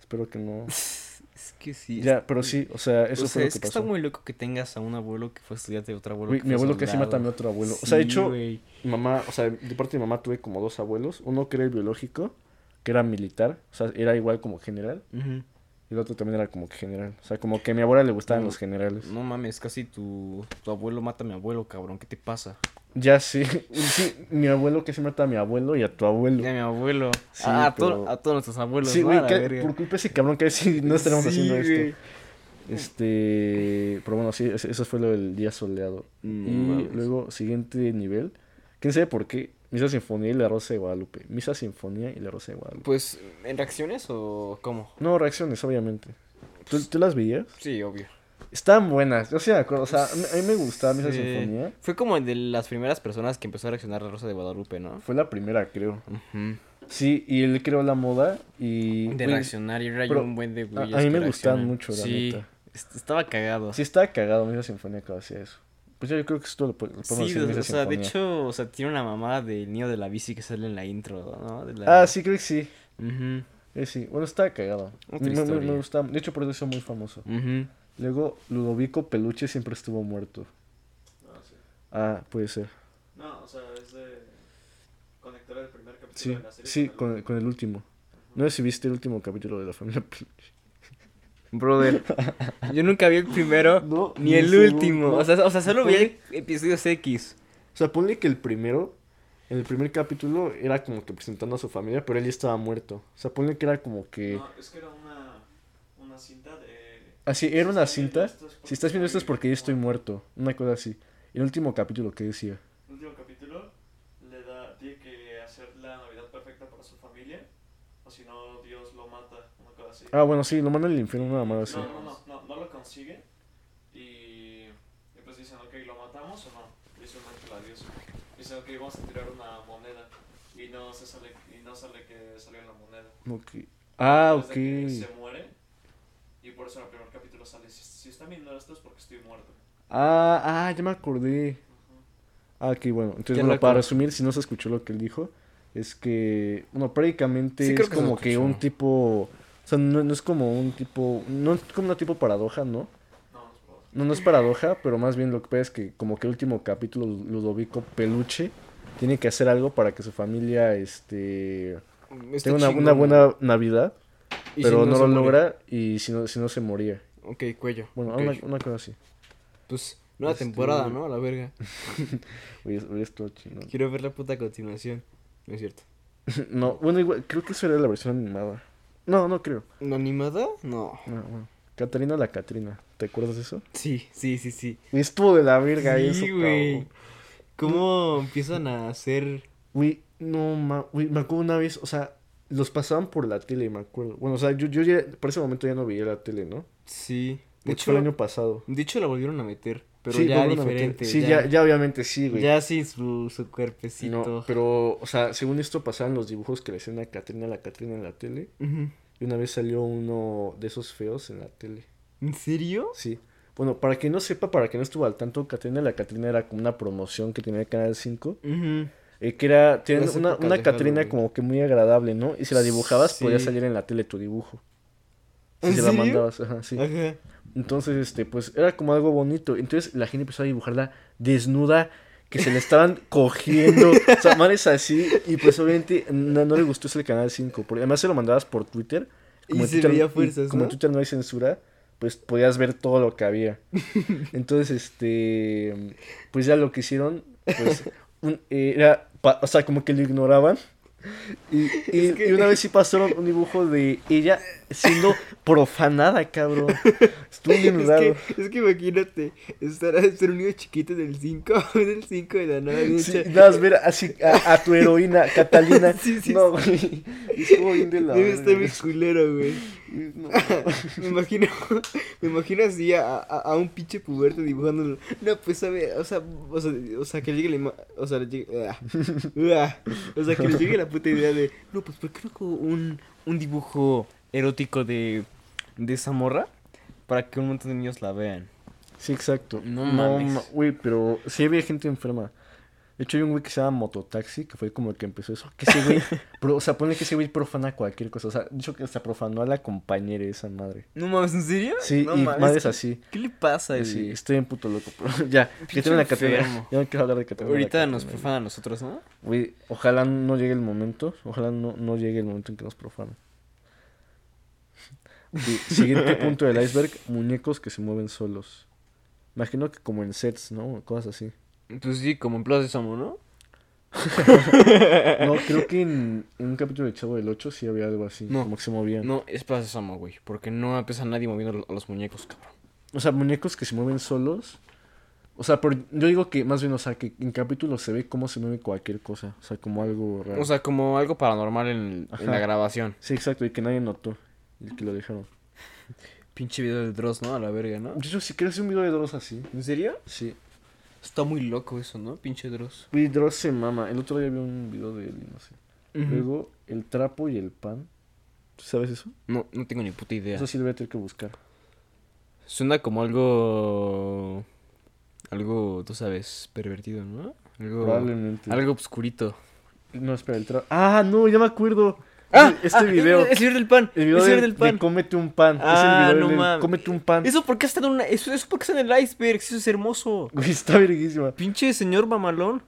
S1: Espero que no.
S2: Es que sí. es-
S1: Ya, pero sí, o sea, eso
S2: o sea,
S1: fue lo
S2: es
S1: que
S2: que está
S1: pasó.
S2: muy loco que tengas a un abuelo que fue estudiante y otro abuelo
S1: Güey,
S2: que
S1: mi
S2: fue
S1: abuelo casi mata a mi
S2: soldado.
S1: otro abuelo. O sea, de
S2: Sí,
S1: hecho,
S2: güey.
S1: mi mamá, o sea, de parte de mi mamá tuve como dos abuelos. Uno que era el biológico, que era militar, o sea, era igual como general.
S2: Ujú.
S1: Y el otro también era como que general. O sea, como que a mi abuela le gustaban
S2: No.
S1: los generales.
S2: Pues, No mames, casi tu, tu abuelo mata a mi abuelo, cabrón. ¿Qué te pasa?
S1: Ya sí. (laughs) sí, mi abuelo casi mata a mi abuelo y a tu abuelo.
S2: Ya, mi abuelo.
S1: Sí,
S2: Ah, a, to-
S1: pero-
S2: a todos nuestros abuelos.
S1: Sí,
S2: ¿no?
S1: güey,
S2: A la
S1: que-
S2: verga.
S1: por culpa de ese cabrón que si (laughs) no estaríamos
S2: Sí,
S1: haciendo
S2: güey.
S1: esto. Este, pero bueno, sí, ese- eso fue lo del día soleado.
S2: No
S1: y
S2: mames.
S1: luego, siguiente nivel, quién sabe por qué, Misa Sinfonía y la Rosa de Guadalupe. Misa Sinfonía y la Rosa de Guadalupe.
S2: Pues, ¿en reacciones o cómo?
S1: No, reacciones, obviamente. ¿Tú, tú las veías?
S2: Sí, obvio.
S1: Estaban buenas, yo sí me acuerdo. O sea, a mí- a mí me gustaba Misa
S2: Sí.
S1: Sinfonía.
S2: Fue como de las primeras personas que empezó a reaccionar la Rosa de Guadalupe, ¿no?
S1: Fue la primera, creo. Sí, y él creó la moda y...
S2: De
S1: güey,
S2: reaccionar y era yo
S1: pero
S2: un buen de
S1: a- a
S2: güeyes.
S1: mí
S2: que
S1: me gustaban
S2: reaccionan.
S1: mucho, la
S2: Sí,
S1: neta.
S2: est- estaba cagado.
S1: Sí
S2: Sí,
S1: estaba cagado Misa Sinfonía cuando hacía eso. Pues yo creo que esto lo, po- lo podemos hacer
S2: o,
S1: Misa
S2: o sea, de
S1: Sinfonía.
S2: hecho, o sea, tiene una mamada del niño de la bici que sale en la intro, ¿no? De la-
S1: Ah, sí, creo que sí.
S2: Ujú,
S1: Eh, sí, bueno, estaba cagado.
S2: Otra
S1: Me, me,
S2: historia.
S1: me gustaba. De hecho, por eso es muy famoso.
S2: ujú.
S1: Luego, Ludovico Peluche siempre estuvo muerto. Ah, puede ser.
S4: No, o sea, es de conectar el primer capítulo
S1: Sí,
S4: de la serie.
S1: sí,
S4: el-
S1: con, con el último. No sé si viste el último capítulo de la familia Peluche.
S2: Brother, (laughs) yo nunca vi el primero
S1: No,
S2: ni
S1: ni
S2: el
S1: el
S2: último.
S1: segundo.
S2: O, sea, o sea, solo vi el- episodios X.
S1: O sea, ponle que el primero, en el primer capítulo, era como que presentando a su familia, pero él ya estaba muerto. O sea, ponle que era como que...
S4: No, es que era una, una cinta de.
S1: Así, era una
S4: Si estás viendo
S1: cinta.
S4: esto es porque
S1: Si estás viendo esto es
S4: estoy
S1: porque ya estoy
S4: muerto.
S1: muerto. Una cosa así. El último capítulo, ¿qué decía?
S4: El último capítulo le da, tiene que hacer la Navidad perfecta para su familia, o si no, Dios lo mata, una cosa así.
S1: Ah, bueno, sí, lo mandan al infierno, una mamada así.
S4: no, no, no, no, no lo consigue. Y, y pues dicen, ok, ¿lo matamos o no? Y es un ángel a Dios. Dicen, ok, vamos a tirar una moneda. Y no, se sale, y no sale que salió la moneda.
S1: Ok. Ah,
S4: Desde que
S1: ok.
S4: Se muere. Y por eso en el primer capítulo sale, si, si están viendo esto es porque estoy muerto.
S1: Ah, ah, ya me acordé. Ah, ok, bueno. Entonces,
S2: Ya
S1: bueno,
S2: lo
S1: para
S2: acordé.
S1: resumir, si no se escuchó lo que él dijo, es que, bueno, prácticamente
S2: Sí, creo
S1: es
S2: que se
S1: como que
S2: escuchó.
S1: un tipo, o sea, no, no es como un tipo, no es como una tipo paradoja, ¿no?
S4: No, no es probable.
S1: No, no es paradoja, pero más bien lo que pasa es que como que el último capítulo, Ludovico Peluche tiene que hacer algo para que su familia, este,
S2: Está
S1: tenga una,
S2: chingón,
S1: una
S2: güey.
S1: buena Navidad,
S2: Y si
S1: pero no,
S2: se
S1: lo
S2: muere.
S1: logra y si no, si no se moría.
S2: Ok, cuello.
S1: Bueno,
S2: ok.
S1: una, una cosa así.
S2: Pues Nueva
S1: Este-
S2: temporada, ¿no? A la verga.
S1: Oye, es- oye, esto chingón.
S2: Quiero ver la puta continuación. No es cierto.
S1: No, bueno, igual, creo que eso era la versión animada. No, no creo.
S2: ¿No animada? No.
S1: No, bueno. Catarina la Catrina, ¿te acuerdas de eso?
S2: Sí, sí, sí, sí.
S1: Estuvo de la verga
S2: sí,
S1: eso,
S2: güey.
S1: cabrón.
S2: ¿Cómo empiezan a hacer
S1: Güey, no, ma, güey, me acuerdo una vez, o sea, los pasaban por la tele, me acuerdo. Bueno, o sea, yo, yo ya, por ese momento ya no veía la tele, ¿no?
S2: Sí. De
S1: De hecho, el
S2: hecho,
S1: año pasado.
S2: de hecho la volvieron a meter, pero
S1: Sí,
S2: ya
S1: volvieron a meter-
S2: diferente.
S1: Sí, ya, ya obviamente sí, güey.
S2: ya sin su, su
S1: No,
S2: cuerpecito.
S1: pero, o sea, según esto pasaban los dibujos que le hacían a Catrina la Catrina en la tele.
S2: Ujú.
S1: Y una vez salió uno de esos feos en la tele.
S2: ¿En serio?
S1: Sí. Bueno, para quien no sepa, para quien no estuvo al tanto, Catrina la Catrina era como una promoción que tenía el Canal 5.
S2: Ujú.
S1: eh, que era, tienen
S2: Las
S1: una,
S2: épocas
S1: una
S2: de
S1: Catrina
S2: Halloween.
S1: como que muy agradable, ¿no? Y si la dibujabas,
S2: Sí.
S1: podía salir en la tele tu dibujo. Si
S2: ¿En
S1: se la
S2: serio?
S1: mandabas, ajá, sí.
S2: Ajá.
S1: Entonces, este, pues era como algo bonito. Entonces la gente empezó a dibujarla desnuda, que se le
S2: (laughs)
S1: estaban cogiendo. o sea, madres así. Y pues obviamente no, no le gustó ese canal 5. Porque además se lo mandabas por Twitter.
S2: Y
S1: en
S2: se
S1: Twitter-
S2: veía
S1: y
S2: fuerzas,
S1: Como en
S2: ¿no?
S1: Twitter no hay censura, pues podías ver todo lo que
S2: (laughs)
S1: había. Entonces, este, pues ya lo que hicieron, pues
S2: (laughs)
S1: un- eh, era, pa- o sea, como que lo ignoraban. Y, y- y una vez sí pasaron un dibujo de ella
S2: (laughs)
S1: siendo profanada, cabrón. Estuvo bien
S2: Es
S1: raro.
S2: que, es que imagínate, estar, ser un niño chiquito del 5, (laughs) del 5 de la nave. bien
S1: Sí,
S2: cha-
S1: nada más ver así a, a tu
S2: (laughs)
S1: heroína, Catalina.
S2: Sí, sí,
S1: no, güey. Estuvo bien de la
S2: Debe estar
S1: verga.
S2: bien culero, güey.
S1: No.
S2: (laughs) me imagino, me imagino así a, a, a un pinche puberto dibujándolo. No, pues sabe, o sea, o sea, o sea que le llegue la ima- o sea, le llegue, ah, ah, o sea, que le llegue la puta idea de, no, pues ¿por qué no hago un, un dibujo erótico de de esa morra para que un montón de niños la vean?
S1: Sí, exacto.
S2: No
S1: No,
S2: mames.
S1: ma- güey, pero sí había gente enferma. De hecho, hay un güey que se llama Mototaxi, que fue como el que empezó eso. Que ese
S2: (laughs)
S1: güey, pro- o sea, pone que ese güey profana cualquier cosa. O sea, dicho que hasta profanó a la compañera de esa madre.
S2: No mames, ¿en serio?
S1: Sí,
S2: no,
S1: y
S2: mames,
S1: madres
S2: ¿qué-
S1: así.
S2: ¿Qué le pasa,
S1: Sí,
S2: güey?
S1: estoy en puto loco, pero (laughs) ya, que
S2: Pinche
S1: tiene la catedral.
S2: enfermo.
S1: Ya no quiero hablar de catedral.
S2: Ahorita nos profana a nosotros, ¿no?
S1: Güey, ojalá no llegue el momento. Ojalá no, no llegue el momento en que nos profanen. Y
S2: (laughs)
S1: siguiente punto del iceberg: muñecos que se mueven solos. Imagino que como en sets, ¿no? Cosas así.
S2: Pues sí, como en Plaza Samo, ¿no?
S1: No, creo que en, en un capítulo de Chavo del 8 sí había algo así.
S2: No.
S1: Como que se movían.
S2: No, es Plaza Samo, güey, porque no empieza nadie moviendo a los muñecos, cabrón.
S1: O sea, muñecos que se mueven solos. O sea, pero yo digo que más bien, o sea, que en capítulos se ve cómo se mueve cualquier cosa. O sea, como algo raro.
S2: O sea, como algo paranormal en, en la
S1: Ajá.
S2: grabación.
S1: sí, exacto, y que nadie notó. Y que lo dejaron.
S2: Pinche video del Dross, ¿no? A la verga, ¿no?
S1: Yo si quieres un video de Dross así.
S2: ¿En serio?
S1: Sí.
S2: Está muy loco eso, ¿no? Pinche Dross.
S1: Güey, Dross se mama. El otro día vi un video de él y no sé. Luego, el trapo y el pan. ¿Tú sabes eso?
S2: No, no tengo ni puta idea.
S1: Eso sí lo voy a tener que buscar.
S2: Suena como algo. Algo, tú sabes, pervertido, ¿no? Algo.
S1: Probablemente.
S2: Algo obscurito.
S1: No, espera, el trapo. Ah, no, ya me acuerdo. este video.
S2: Ah, El, señor del pan.
S1: El video
S2: señor
S1: de,
S2: del
S1: de
S2: pan.
S1: cómete un pan.
S2: Ah,
S1: es el video
S2: no
S1: del
S2: mames.
S1: cómete un pan.
S2: Eso porque está en una. Eso, eso porque está en el iceberg. Eso es hermoso.
S1: Güey, está verguísima.
S2: Pinche señor mamalón.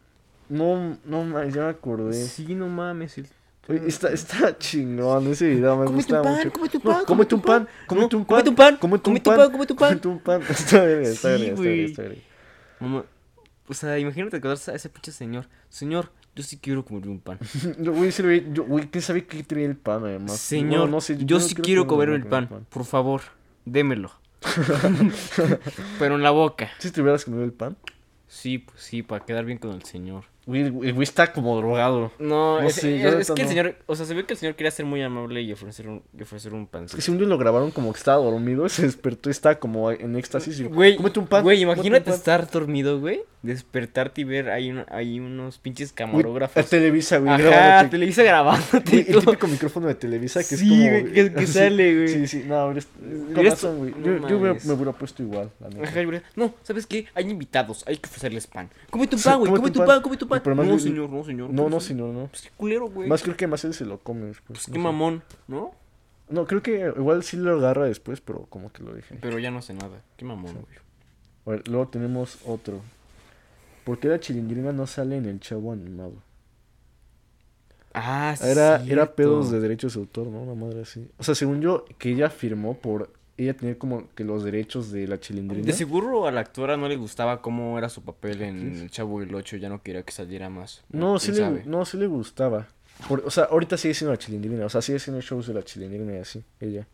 S1: No, no mames, ya me acordé.
S2: Sí, no mames. el-
S1: Güey, está, está chingón ese video, me
S2: Cómete
S1: gusta
S2: un pan,
S1: mucho.
S2: cómete un
S1: No,
S2: pan,
S1: cómete un pan, cómete
S2: No,
S1: un pan,
S2: cómete un pan,
S1: cómete un
S2: cómete un
S1: pan,
S2: pan, cómete un pan.
S1: cómete un pan. (laughs) Está verga, está
S2: Sí,
S1: verga, está verga,
S2: güey.
S1: está verga.
S2: Mamá, o sea, imagínate que a ese pinche señor. Señor, yo sí quiero comer un pan.
S1: Yo, Güey, sí lo vi- yo, güey, ¿quién sabe qué traía el pan además?
S2: Señor,
S1: No, no sé,
S2: yo
S1: no
S2: sí
S1: creo
S2: quiero
S1: que no
S2: comerme
S1: me
S2: el
S1: comí
S2: pan. Por favor, démelo. (laughs) Pero en la boca.
S1: ¿Sí te hubieras comido el pan?
S2: Sí, pues sí, para quedar bien con el señor.
S1: Güey, el güey el güey está como drogado.
S2: No,
S1: No
S2: es,
S1: sé,
S2: es-
S1: yo la
S2: es
S1: neta
S2: que el
S1: no.
S2: señor, o sea, se ve que el señor quería ser muy amable y ofrecer un, y ofrecer un pan.
S1: Es que si un día lo grabaron como que estaba dormido, (laughs) se despertó y estaba como en éxtasis. y,
S2: Güey,
S1: cómete un pan.
S2: güey,
S1: cómete un
S2: imagínate
S1: pan".
S2: estar dormido, güey, despertarte y ver ahí, un- ahí unos pinches
S1: Güey, este a
S2: camarógrafos.
S1: Televisa, güey.
S2: Ajá,
S1: grabándote.
S2: Televisa grabándote
S1: Güey,
S2: y
S1: el
S2: todo.
S1: típico micrófono de Televisa que
S2: Sí,
S1: es como.
S2: güey, que- que
S1: sí,
S2: sale, güey.
S1: Sí, sí, no, pero es- con
S2: Mira esto-
S1: razón, güey.
S2: no
S1: Yo, yo me,
S2: mames.
S1: me hubiera puesto igual, la neta.
S2: Ajá, y verás, No, ¿sabes qué? Hay invitados, hay que ofrecerles pan. Come tu
S1: Sí,
S2: pan, güey,
S1: cómete
S2: come
S1: un
S2: tu
S1: pan.
S2: pan, come tu
S1: Y
S2: pan.
S1: por más
S2: No,
S1: que-
S2: señor, no, señor.
S1: No,
S2: come
S1: no,
S2: su-
S1: si no, no.
S2: Pues qué culero, güey.
S1: Más creo que más él se lo come después.
S2: Pues
S1: no
S2: qué
S1: sé.
S2: mamón, ¿no?
S1: No, creo que igual sí lo agarra después, pero como que lo dije.
S2: Pero ya no sé nada. Qué mamón, güey.
S1: A ver, luego tenemos otro. ¿Por qué la chilindrina no sale en el chavo animado?
S2: Ah, sí.
S1: Era,
S2: es
S1: era pedos de
S2: Ah, cierto.
S1: derechos de autor, ¿no? Una madre así. O sea, según yo, que ella firmó por ella tenía como que los derechos de la chilindrina.
S2: De seguro a la actora no le gustaba cómo era su papel en El Chavo del Ocho, ya no quería que saliera más.
S1: No,
S2: ¿Quién
S1: sí le,
S2: sabe?
S1: no, sí le gustaba. Por- o sea, ahorita sigue siendo la chilindrina. O sea, sigue siendo shows de la chilindrina y así, ella.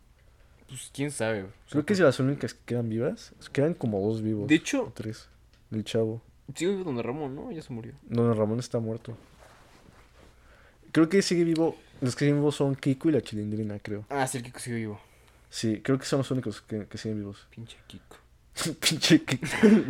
S2: Pues quién sabe. o sea,
S1: Creo que es de las únicas que quedan vivas. Quedan como dos vivos.
S2: De
S1: o
S2: hecho,
S1: tres. El chavo.
S2: sigo vivo Don Ramón, ¿no? Ya se murió.
S1: No, no, Ramón está muerto. Creo que sigue vivo. Los que siguen vivos son Kiko y la chilindrina, creo.
S2: Ah, sí, el Kiko sigue vivo.
S1: Sí, creo que son los únicos que, que siguen vivos. (laughs)
S2: Pinche Kiko.
S1: Pinche Kiko.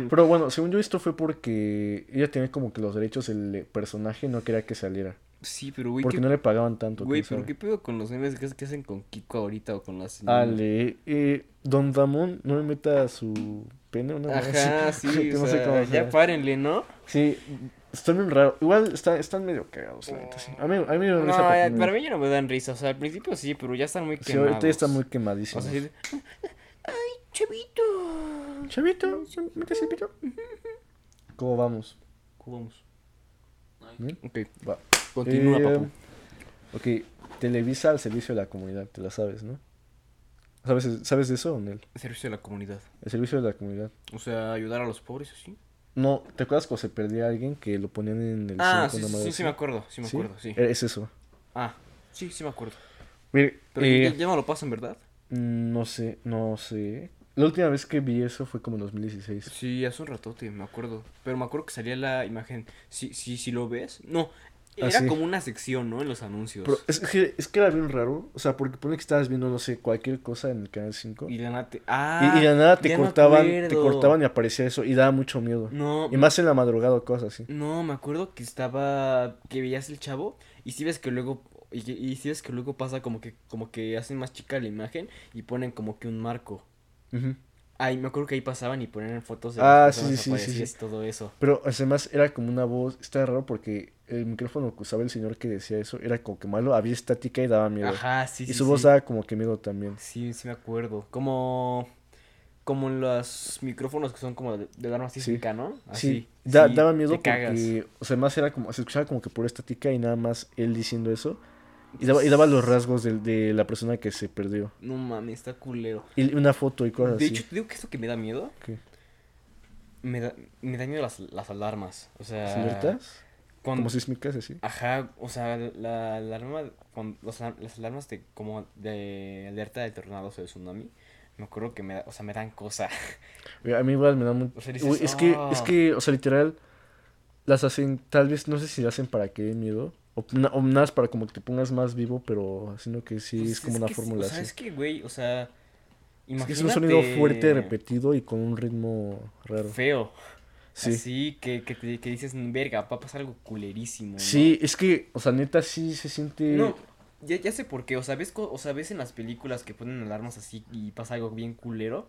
S1: Pero bueno, según yo, esto fue porque ella tenía como que los derechos del personaje no quería que saliera.
S2: Sí, pero güey,
S1: Porque
S2: ¿qué,
S1: no le pagaban tanto.
S2: güey,
S1: quién
S2: pero
S1: sabe.
S2: ¿qué pedo con los memes que, que hacen con Kiko ahorita o con las...
S1: Ah, Ale, eh, don Ramón, no me meta su pene una vez. (laughs)
S2: Ajá, sí,
S1: que
S2: o
S1: no sé
S2: sea,
S1: cómo
S2: ya
S1: sea.
S2: párenle, ¿no?
S1: Sí, están bien raro. Igual está- están medio cagados, la neta, sí. A mí, a mí me da
S2: No,
S1: risa
S2: ya-
S1: porque-
S2: para mí ya no me dan risa, o sea, al principio sí, pero ya están muy
S1: Sí, ahorita
S2: quemados.
S1: ya están muy
S2: O
S1: quemadísimos.
S2: sea, sí,
S3: Chavito.
S1: Chavito, ¿metes el pito? ¿Cómo vamos?
S2: ¿cómo vamos?
S1: ¿Bien?
S2: Ok,
S1: Va.
S2: continúa,
S1: Eh,
S2: papu.
S1: Ok, Televisa al servicio de la comunidad, te la sabes, ¿no? ¿Sabes, ¿sabes de eso, Nel?
S2: Servicio de la comunidad.
S1: El servicio de la comunidad.
S2: O sea, ayudar a los pobres, ¿sí?
S1: No, ¿te acuerdas cuando se perdía alguien que lo ponían en el
S2: Ah,
S1: cinco,
S2: sí,
S1: una
S2: sí,
S1: madre Eh.
S2: sí,
S1: así?
S2: sí me acuerdo, sí me acuerdo, sí.
S1: Es eso.
S2: Ah, sí, sí me acuerdo.
S1: Mire,
S2: Pero
S1: eh,
S2: ya, ya no lo pasan, ¿verdad?
S1: Mm, No sé, no sé. La última vez que vi eso fue como en 2016.
S2: Sí, hace un ratote, me acuerdo. Pero me acuerdo que salía la imagen. Si, si, si lo ves, no.
S1: Ah,
S2: Era
S1: sí.
S2: como una sección, ¿no? En los anuncios.
S1: Pero es que, es que era bien raro. O sea, porque pone que estabas viendo, no sé, cualquier cosa en el canal 5. Y,
S2: Y de nada te.
S1: y
S2: Ah,
S1: de nada te
S2: ya me
S1: cortaban, te
S2: acuerdo.
S1: cortaban y aparecía eso. Y daba mucho miedo.
S2: No,
S1: Y más en la madrugada o cosas así.
S2: no, me acuerdo que estaba. Que veías el chavo. Y si ves que luego. Y, que- y si ves que luego pasa como que, como que hacen más chica la imagen y ponen como que un marco.
S1: Ujú.
S2: Ay, me acuerdo que ahí pasaban y ponían fotos de
S1: Ah,
S2: las
S1: sí, sí,
S2: personas
S1: sí, sí,
S2: aparecidas
S1: sí.
S2: y todo eso.
S1: Pero además era como una voz. Estaba raro porque el micrófono que usaba el señor que decía eso era como que malo. Había estática y daba miedo.
S2: Ajá, sí,
S1: y
S2: sí,
S1: su voz
S2: sí.
S1: daba como que miedo también.
S2: Sí, sí me acuerdo. Como como los micrófonos que son como de, de arma sísmica, ¿no?
S1: Sí,
S2: Así.
S1: da-
S2: Ah, Sí,
S1: daba miedo
S2: te cagas.
S1: porque, o sea, más era como, se escuchaba como que pura estática y nada más él diciendo eso. Y daba, y daba los rasgos del- de, la persona que se perdió.
S2: No mames, está culero.
S1: Y una foto y cosas
S2: De
S1: así.
S2: hecho, te digo que esto que me da miedo,
S1: ¿Qué?
S2: me da, me da miedo las, las alarmas. O sea,
S1: ¿Las alertas?
S2: cuando
S1: Como sísmicas así.
S2: Ajá, o sea, la alarma, cuando, los al- las alarmas de como de alerta de tornados o de tsunami, me acuerdo que me, da- o sea, me dan cosa.
S1: Oye, A mí igual me da muy...
S2: O sea, dices,
S1: Uy, es que,
S2: "Ah".
S1: es que, o sea, literal, las hacen, tal vez, no sé si las hacen para que dé miedo. O, na- o nada, es para como que te pongas más vivo, pero haciendo que sí,
S2: Pues
S1: es como una
S2: que sí,
S1: fórmula
S2: (laughs) O sea,
S1: así.
S2: es que, güey, o sea,
S1: Es
S2: imagínate.
S1: que es un sonido fuerte, repetido y con un ritmo raro.
S2: Feo.
S1: Sí.
S2: Así que, que, te- que dices, verga, va a pasar algo culerísimo. ¿no?".
S1: Sí, es que, o sea, neta sí se siente.
S2: No, ya, ya sé por qué. O sea, ves, co- o sea, ves en las películas que ponen alarmas así y pasa algo bien culero.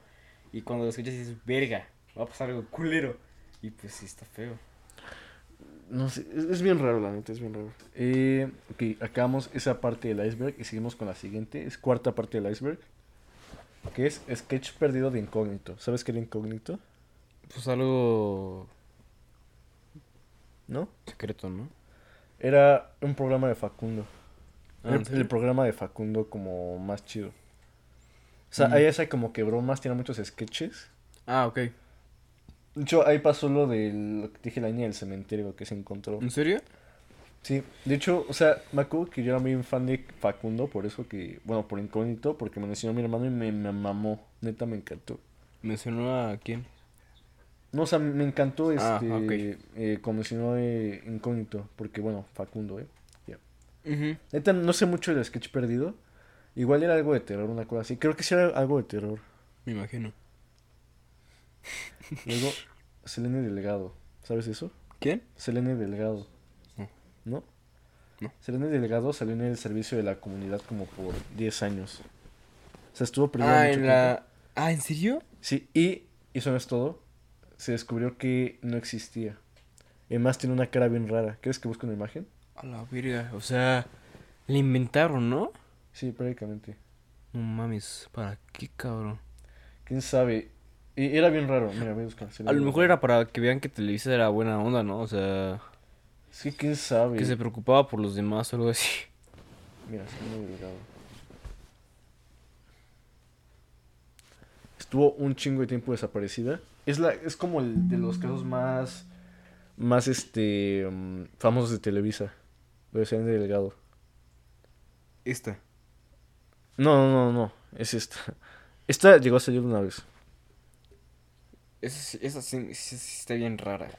S2: Y cuando lo escuchas dices, verga, va a pasar algo culero. Y pues sí, está feo.
S1: No sé, es, es bien raro, la neta, es bien raro. Eh, ok, acabamos esa parte del iceberg y seguimos con la siguiente. Es cuarta parte del iceberg. Que es sketch perdido de incógnito. ¿Sabes qué era incógnito?
S2: Pues algo
S1: ¿No?
S2: secreto, ¿no?
S1: Era un programa de Facundo.
S2: Ah,
S1: Era
S2: ¿en
S1: el,
S2: serio?
S1: programa de Facundo como más chido. O sea,
S2: Mm.
S1: ahí hace como que bromas, tiene muchos sketches.
S2: Ah, ok.
S1: De hecho, ahí pasó lo del, lo que te dije, la niña del cementerio que se encontró.
S2: serio?
S1: Sí, de hecho, o sea, me acuerdo que yo era muy fan de Facundo, por eso que, bueno, por incógnito, porque me lo enseñó mi hermano y me, me mamó, neta me encantó.
S2: ¿Mencionó a quién?
S1: No, o sea, me encantó este,
S2: Ah, ok.
S1: eh, cuando enseñó eh, incógnito, porque bueno, Facundo, eh. Neta, no sé mucho del sketch perdido, igual era algo de terror, una cosa así, creo que sí era algo de terror.
S2: Me imagino. (laughs)
S1: Luego, Selene Delgado, ¿sabes eso?
S2: ¿Quién?
S1: Selene Delgado.
S2: No.
S1: ¿No?
S2: No.
S1: Selene Delgado salió en el servicio de la comunidad como por 10 años. O sea, estuvo perdida
S2: Ah,
S1: mucho
S2: en
S1: tiempo.
S2: la... Ah, ¿en serio?
S1: Sí, y eso no es todo. Se descubrió que no existía. Además tiene una cara bien rara. ¿Quieres que busque una imagen?
S2: A la verga, o sea, le inventaron, ¿no?
S1: Sí, prácticamente.
S2: No mames, ¿para qué cabrón?
S1: ¿Quién sabe? Y era bien raro. Mira, voy a buscar.
S2: A lo mejor era para que vean que Televisa era buena onda, ¿no? O sea,
S1: Sí, quién sabe.
S2: que se preocupaba por los demás o algo así.
S1: Mira, está muy delgado. estuvo un chingo de tiempo desaparecida. Es, la, es como el de los casos más, más este, mm, famosos de Televisa, lo de Serena Delgado.
S2: Esta.
S1: No, no, no, no, es esta. Esta llegó a salir una vez.
S2: Esa, esa sí, sí- sí está bien rara.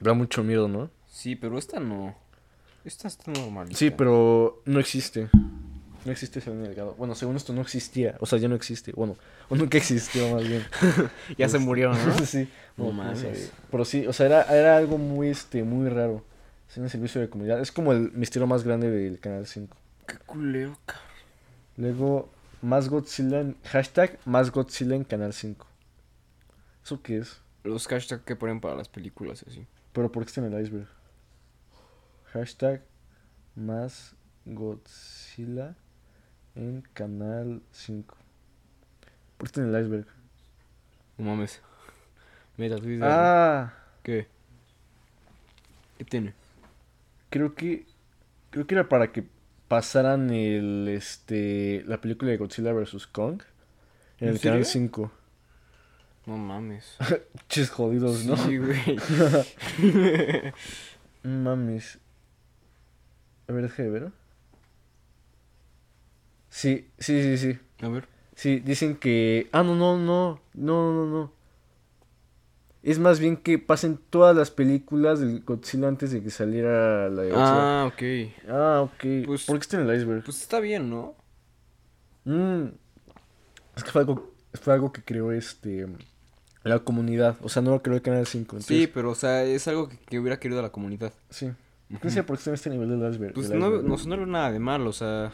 S1: Da mucho miedo, ¿no?
S2: Sí, pero esta no. Esta está normal.
S1: Sí, pero no existe. No existe Serena Delgado. Bueno, según esto no existía. O sea, ya no existe. Bueno, (laughs) o nunca existió más bien.
S2: Ya
S1: pues,
S2: se murió, ¿no?
S1: Este, (laughs) sí.
S2: No
S1: No, no
S2: mames.
S1: sabía. Pero sí, o sea, era, era algo muy, este, muy raro. Es un servicio de comunidad. Es como el misterio más grande del Canal 5.
S2: Qué culeo, cabrón.
S1: Luego, más Godzilla en- Hashtag más Godzilla en Canal 5. ¿Eso qué es?
S2: Los hashtags que ponen para las películas, y así.
S1: Pero ¿por qué está en el iceberg? Hashtag más Godzilla en Canal 5. ¿Por qué está en el iceberg?
S2: No mames. Mira, tú dices.
S1: Ah,
S2: ¿Qué? ¿Qué tiene?
S1: creo que creo que era para que pasaran el este la película de Godzilla vs Kong en
S2: ¿En
S1: el canal
S2: serio?
S1: 5.
S2: No
S1: (laughs)
S2: mames.
S1: Chis jodidos, Pues, ¿no?
S2: Sí,
S1: (laughs)
S2: güey.
S1: No Mames. A ver, deja de ver. Sí, sí, sí, sí.
S2: A ver.
S1: Sí, dicen que. Ah, no, no, no. No, no, no. Es más bien que pasen todas las películas del Godzilla antes de que saliera la de Godzilla. Ah,
S2: Ah, ok.
S1: ok.
S2: Pues-
S1: ¿Por qué está en el iceberg?
S2: Pues está bien, ¿no?
S1: Mm. Es que fue algo, fue algo que creó este la comunidad. O sea, no lo creó el Canal 5.
S2: Sí, pero o sea, es algo que, que hubiera querido la comunidad.
S1: Sí. No sé por qué está en este nivel del iceberg.
S2: Pues
S1: del
S2: no,
S1: iceberg.
S2: no, no veo nada de malo, o sea.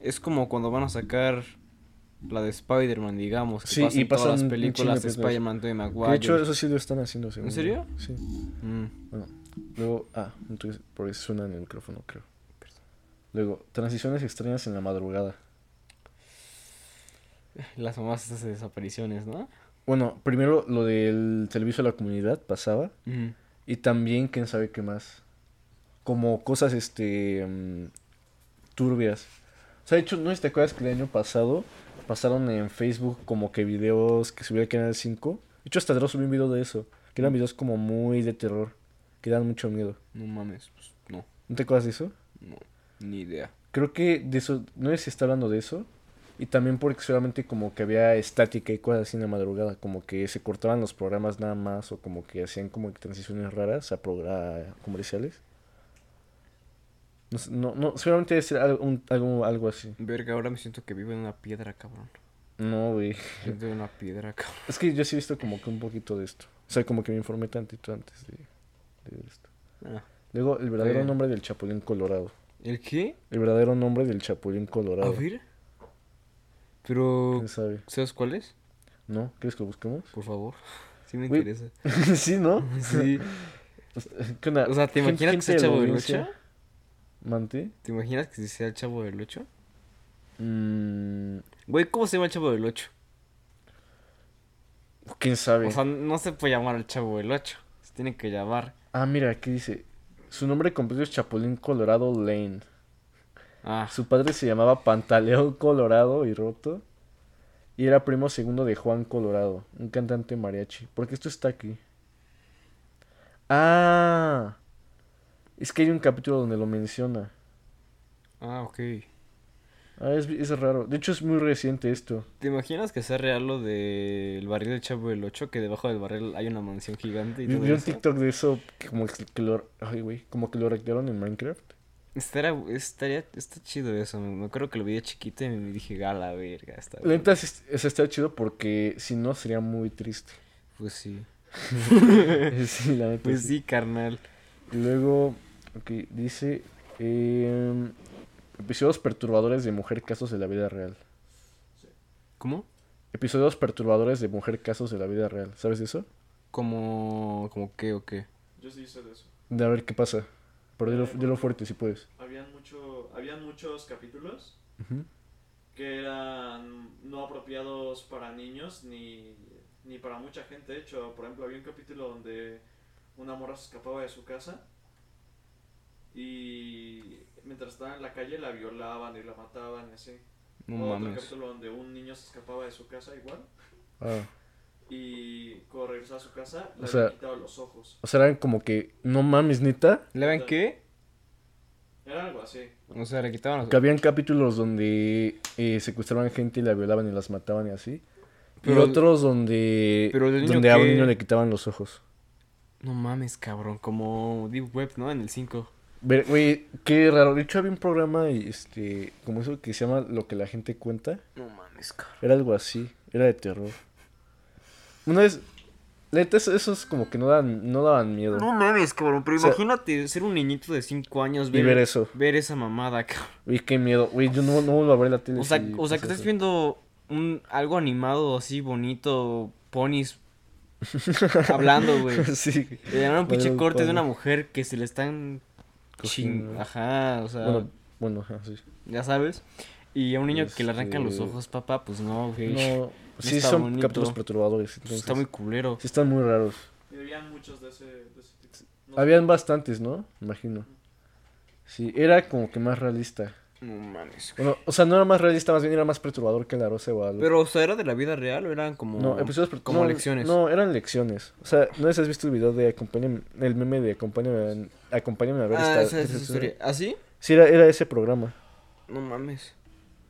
S2: Es como cuando van a sacar la de Spider-Man, digamos. Que
S1: Sí, y
S2: pasan todas
S1: pasan
S2: las
S1: un
S2: películas
S1: chingo
S2: de
S1: de películas.
S2: Spider-Man, Tobey
S1: Que
S2: Maguire.
S1: de hecho, eso sí lo están haciendo. según yo.
S2: serio?
S1: Sí.
S2: Mm.
S1: Bueno, luego. Ah, entonces, por eso suena en el micrófono, creo. Luego, transiciones extrañas en la madrugada.
S2: Las mamás esas de desapariciones, ¿no?
S1: Bueno, primero lo del servicio a la comunidad pasaba. Y también, quién sabe qué más. Como cosas, este. mm, turbias. O sea, de hecho, no sé si te acuerdas que el año pasado pasaron en Facebook como que videos que subía el Canal 5. De hecho, hasta atrás subí un video de eso. Que eran videos como muy de terror. Que dan mucho miedo.
S2: No mames, pues no,
S1: ¿No te acuerdas de eso?
S2: no, ni idea.
S1: Creo que de eso. No sé si está hablando de eso. Y también porque solamente como que había estática y cosas así en la madrugada. Como que se cortaban los programas nada más. O como que hacían como que transiciones raras a, progra- a comerciales. No, sé, no, no, seguramente debe ser algo, un- algo, algo así.
S2: Verga, ahora me siento que vivo en una piedra, cabrón.
S1: No, güey.
S2: Vivo en una piedra, cabrón.
S1: Es que yo sí he visto como que un poquito de esto. O sea, como que me informé tantito antes de, de ver esto.
S2: Ah,
S1: Luego, el verdadero
S2: bien.
S1: nombre del Chapulín Colorado.
S2: ¿El qué?
S1: El verdadero nombre del Chapulín
S2: A
S1: Colorado.
S2: ver. Pero,
S1: ¿Quién sabe?
S2: ¿sabes cuál es?
S1: ¿No? ¿Quieres que lo busquemos?
S2: Por favor. (laughs) Sí me
S1: Güey.
S2: interesa.
S1: (laughs) sí, ¿no?
S2: (laughs) Sí.
S1: ¿Qué onda?
S2: O sea, ¿te
S1: Gen-
S2: imaginas que
S1: gente
S2: sea
S1: de la
S2: Chavo del
S1: audiencia.
S2: Ocho?
S1: ¿Mante?
S2: ¿Te imaginas que sea el Chavo del 8?
S1: Mm,
S2: Güey, ¿cómo se llama el Chavo del 8?
S1: ¿Quién sabe?
S2: O sea, no se puede llamar el Chavo del 8. Se tiene que llamar.
S1: ah, mira, aquí dice. Su nombre completo es Chapulín Colorado Lane.
S2: Ah,
S1: Su padre se llamaba Pantaleón Colorado y Roto. Y era primo segundo de Juan Colorado, un cantante mariachi. Porque esto está aquí. Ah, es que hay un capítulo donde lo menciona.
S2: ah, ok.
S1: Ah, es, es raro. De hecho, es muy reciente esto.
S2: ¿Te imaginas que sea real lo del barril del Chavo del 8? Que debajo del barril hay una mansión gigante y
S1: Vi,
S2: todo
S1: vi un
S2: eso?
S1: TikTok de eso que como que que lo, ay, güey, como que lo recrearon en Minecraft.
S2: Estaría, estaría, está chido eso. Me me acuerdo que lo vi de chiquito y me dije, gala, verga, está
S1: La
S2: bien".
S1: neta, sí es- o sea, está chido porque si no sería muy triste. (laughs)
S2: Pues sí.
S1: sí, la neta.
S2: Pues
S1: sí.
S2: sí, carnal.
S1: Y luego, ok, dice: em, Episodios perturbadores de mujer casos de la vida real.
S2: ¿Cómo?
S1: Episodios perturbadores de mujer casos de la vida real. ¿Sabes eso?
S2: Como, como qué o qué.
S4: Yo sí hice de eso.
S1: De a ver qué pasa. Pero dilo, dilo fuerte si puedes.
S4: Habían, mucho, habían muchos capítulos
S1: Ujú.
S4: que eran no apropiados para niños ni, ni para mucha gente. De hecho, por ejemplo, había un capítulo donde una morra se escapaba de su casa y mientras estaba en la calle la violaban y la mataban y así.
S2: No
S4: Otro
S2: mames.
S4: capítulo donde un niño se escapaba de su casa igual.
S1: Ah.
S4: Y cuando regresaba a su casa,
S1: O
S4: le
S1: sea-
S4: habían quitado los ojos.
S1: O sea, eran como que, no mames, neta.
S2: ¿Le ven qué?
S4: Era algo así.
S2: O sea, le quitaban los
S1: Que habían capítulos donde eh, secuestraban gente y la violaban y las mataban y así.
S2: Pero-
S1: y otros donde,
S2: pero del niño
S1: donde a un
S2: que-
S1: niño le quitaban los ojos.
S2: No mames, cabrón. Como Deep Web, ¿no? En el 5.
S1: Ver, güey, qué raro. De hecho, había un programa este, como eso que se llama Lo que la gente cuenta.
S2: No mames, cabrón.
S1: Era algo así, era de terror. Una vez, neta, eso- esos como que no dan, no daban miedo.
S2: No mames, cabrón. Pero
S1: O sea-
S2: imagínate ser un niñito de 5 años.
S1: Y ver eso.
S2: Ver esa mamada, cabrón.
S1: Güey, qué miedo. Güey, yo no, no vuelvo a ver la tele.
S2: O sea,
S1: si
S2: o
S1: pasa
S2: sea que estás
S1: eso.
S2: viendo un, algo animado así bonito, ponis hablando, (laughs) güey.
S1: (laughs) sí.
S2: Le dieron un pinche
S1: Bueno,
S2: corte de una
S1: pone.
S2: mujer que se le están
S1: Cogiendo.
S2: ching... Ajá, o sea,
S1: Bueno, bueno, ajá, sí.
S2: ya sabes. Y a un niño que le arrancan los
S1: Este-
S2: ojos, papá, pues no, güey.
S1: No, sí
S2: está
S1: son
S2: bonito.
S1: capítulos perturbadores.
S2: Pues
S1: entonces,
S2: está muy culero.
S1: Sí están muy raros.
S4: Y habían muchos de ese, de ese tipo. No sé.
S1: Habían bastantes, ¿no? Imagino. Sí, era como que más realista.
S2: No mames.
S1: Bueno, o sea, no era más realista, más bien era más perturbador que La Rosa de Guadalupe.
S2: Pero, o sea, ¿era de la vida real o eran como,
S1: No, episodios per-
S2: como
S1: no,
S2: lecciones?
S1: No, eran lecciones. O sea, ¿no les has visto el video de acompáñame, el meme de acompáñame, a- acompáñame a ver
S2: Ah,
S1: esta,
S2: esa es
S1: esta
S2: la historia. ¿Así?
S1: Sí, era, era ese programa.
S2: No mames.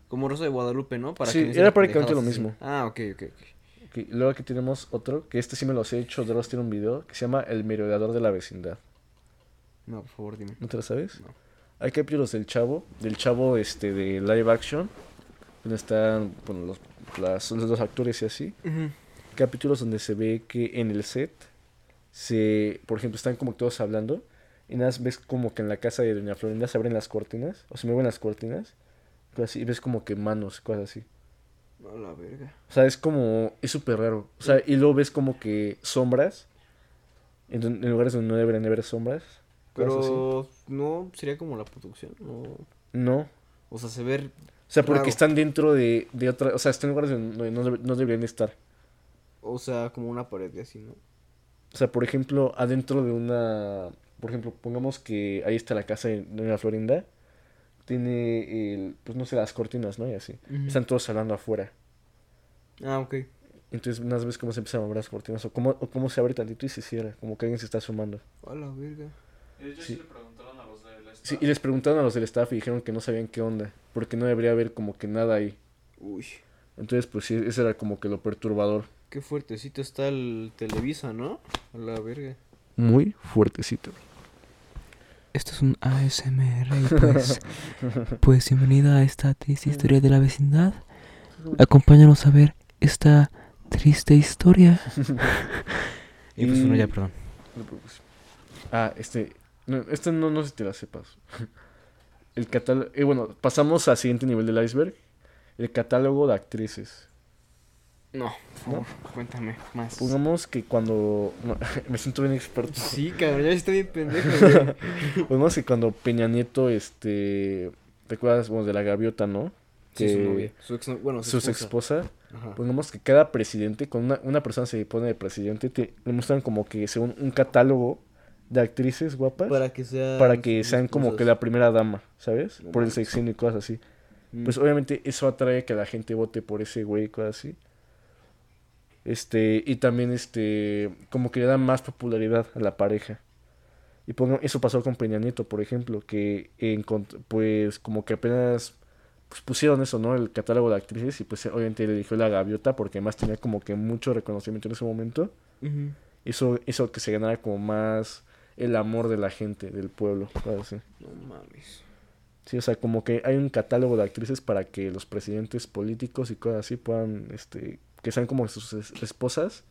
S2: Como Rosa de Guadalupe, ¿no?
S1: Sí,
S2: que no
S1: era
S2: hicieran
S1: prácticamente
S2: pendejadas
S1: lo
S2: así. Ah, ok, ok, ok.
S1: Ok, luego aquí tenemos otro, que este sí me los he hecho, Dross tiene un video, que se llama El merodeador de la vecindad.
S2: No, por favor, dime.
S1: ¿No te lo sabes?
S2: No.
S1: Hay capítulos del chavo, del chavo este de live action, donde están bueno, los, las- los dos actores y así. Capítulos donde se ve que en el set, se, por ejemplo, están como todos hablando, y nada, más ves como que en la casa de Doña Florinda se abren las cortinas, o se mueven las cortinas, cosas así, y ves como que manos, cosas así.
S2: No, la verga.
S1: O sea, es como, es súper raro. O sea, y luego ves como que sombras, en, don- en lugares donde no deberían haber sombras. cosas así.
S2: Pero, ¿no sería como la producción? No.
S1: No,
S2: O sea, se ve
S1: O sea, porque
S2: Raro.
S1: están dentro de, de otra. O sea, están en lugares donde no, deb- no deberían estar.
S2: O sea, como una pared y así, ¿no?
S1: O sea, por ejemplo, adentro de una. Por ejemplo, pongamos que ahí está la casa de de la Florinda. Tiene, el, pues no sé, las cortinas, ¿no? Y así.
S2: Ujú.
S1: Están todos hablando afuera.
S2: Ah, ok.
S1: Entonces, unas veces cómo se empiezan a mover las cortinas. O cómo, o cómo se abre tantito y se cierra. Como que alguien se está asomando.
S2: A la verga.
S4: De hecho,
S1: Sí.
S4: sí. le preguntaron a los de la
S1: Sí,
S4: staff.
S1: y les preguntaron a los del staff y dijeron que no sabían qué onda. Porque no debería haber como que nada ahí.
S2: Uy,
S1: Entonces, pues sí, eso era como que lo perturbador.
S2: qué fuertecito está el Televisa, ¿no? A la verga.
S1: Muy fuertecito.
S3: Esto es un ASMR y pues, pues bienvenido a esta triste historia de la vecindad. Acompáñanos a ver esta triste historia.
S1: Y pues uno ya,
S2: perdón.
S1: No te preocupes. Ah, este. No, este no, no sé si te la sepas. (laughs) El catálogo. eh, bueno, pasamos al siguiente nivel del iceberg. El catálogo de actrices.
S2: No, por favor, cuéntame más.
S1: Pongamos que cuando. no, (laughs) me siento bien experto.
S2: Sí, cabrón, ya estoy bien pendejo,
S1: (laughs)
S2: güey.
S1: Pongamos que cuando Peña Nieto, este. ¿Te acuerdas? Bueno, de la gaviota, ¿no?
S2: Sí, su
S1: Que-
S2: novia. Su ex novia. Bueno, su
S1: Sus pues,
S2: esposa.
S1: esposas.
S2: Ajá.
S1: Pongamos que cada presidente, cuando una, una persona se pone de presidente, te, le muestran como que según un catálogo de actrices guapas.
S2: Para que sea.
S1: para que sean como que la primera dama, ¿sabes?
S2: No
S1: Por el
S2: manches. Mm.
S1: sexenio y cosas así. Pues obviamente eso atrae a que la gente vote por ese güey y cosas así. Este, y también este, como que le da más popularidad a la pareja. Y ponga- eso pasó con Peña Nieto, por ejemplo, que encont- pues como que apenas pues, pusieron eso, ¿no? El catálogo de actrices y pues obviamente le dijo la gaviota porque además tenía como que mucho reconocimiento en ese momento.
S2: Ujú.
S1: Eso hizo que se ganara como más el amor de la gente, del pueblo, cosas así.
S2: No mames.
S1: Sí, o sea, como que hay un catálogo de actrices para que los presidentes políticos y cosas así puedan, este, que sean como sus es- esposas,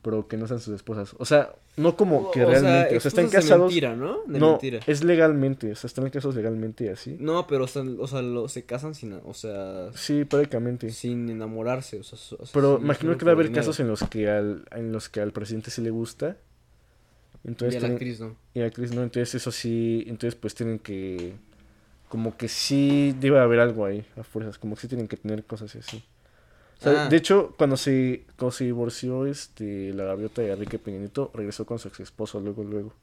S1: pero que no sean sus esposas. O sea, no como que
S2: O-
S1: realmente, o sea,
S2: esposas
S1: están casados.
S2: De mentira, ¿no? De
S1: no,
S2: mentira.
S1: es legalmente, o sea, están casados legalmente y así.
S2: No, pero, o sea, o sea, lo- se casan sin. O sea,
S1: Sí, prácticamente.
S2: sin enamorarse, o sea, so- o sea,
S1: pero
S2: sin-
S1: imagino
S2: solo
S1: que va a
S2: por
S1: haber
S2: dinero.
S1: casos en los que al, en los que al presidente sí le gusta. Entonces
S2: Y a
S1: tienen-
S2: la actriz, ¿no?
S1: y a la actriz no, entonces eso sí, entonces pues tienen que, como que sí debe haber algo ahí, a fuerzas, como que sí tienen que tener cosas así. O sea,
S2: Ah.
S1: de hecho, cuando se, cuando se divorció este, la gaviota de Enrique Peñanito, regresó con su ex esposo luego, luego.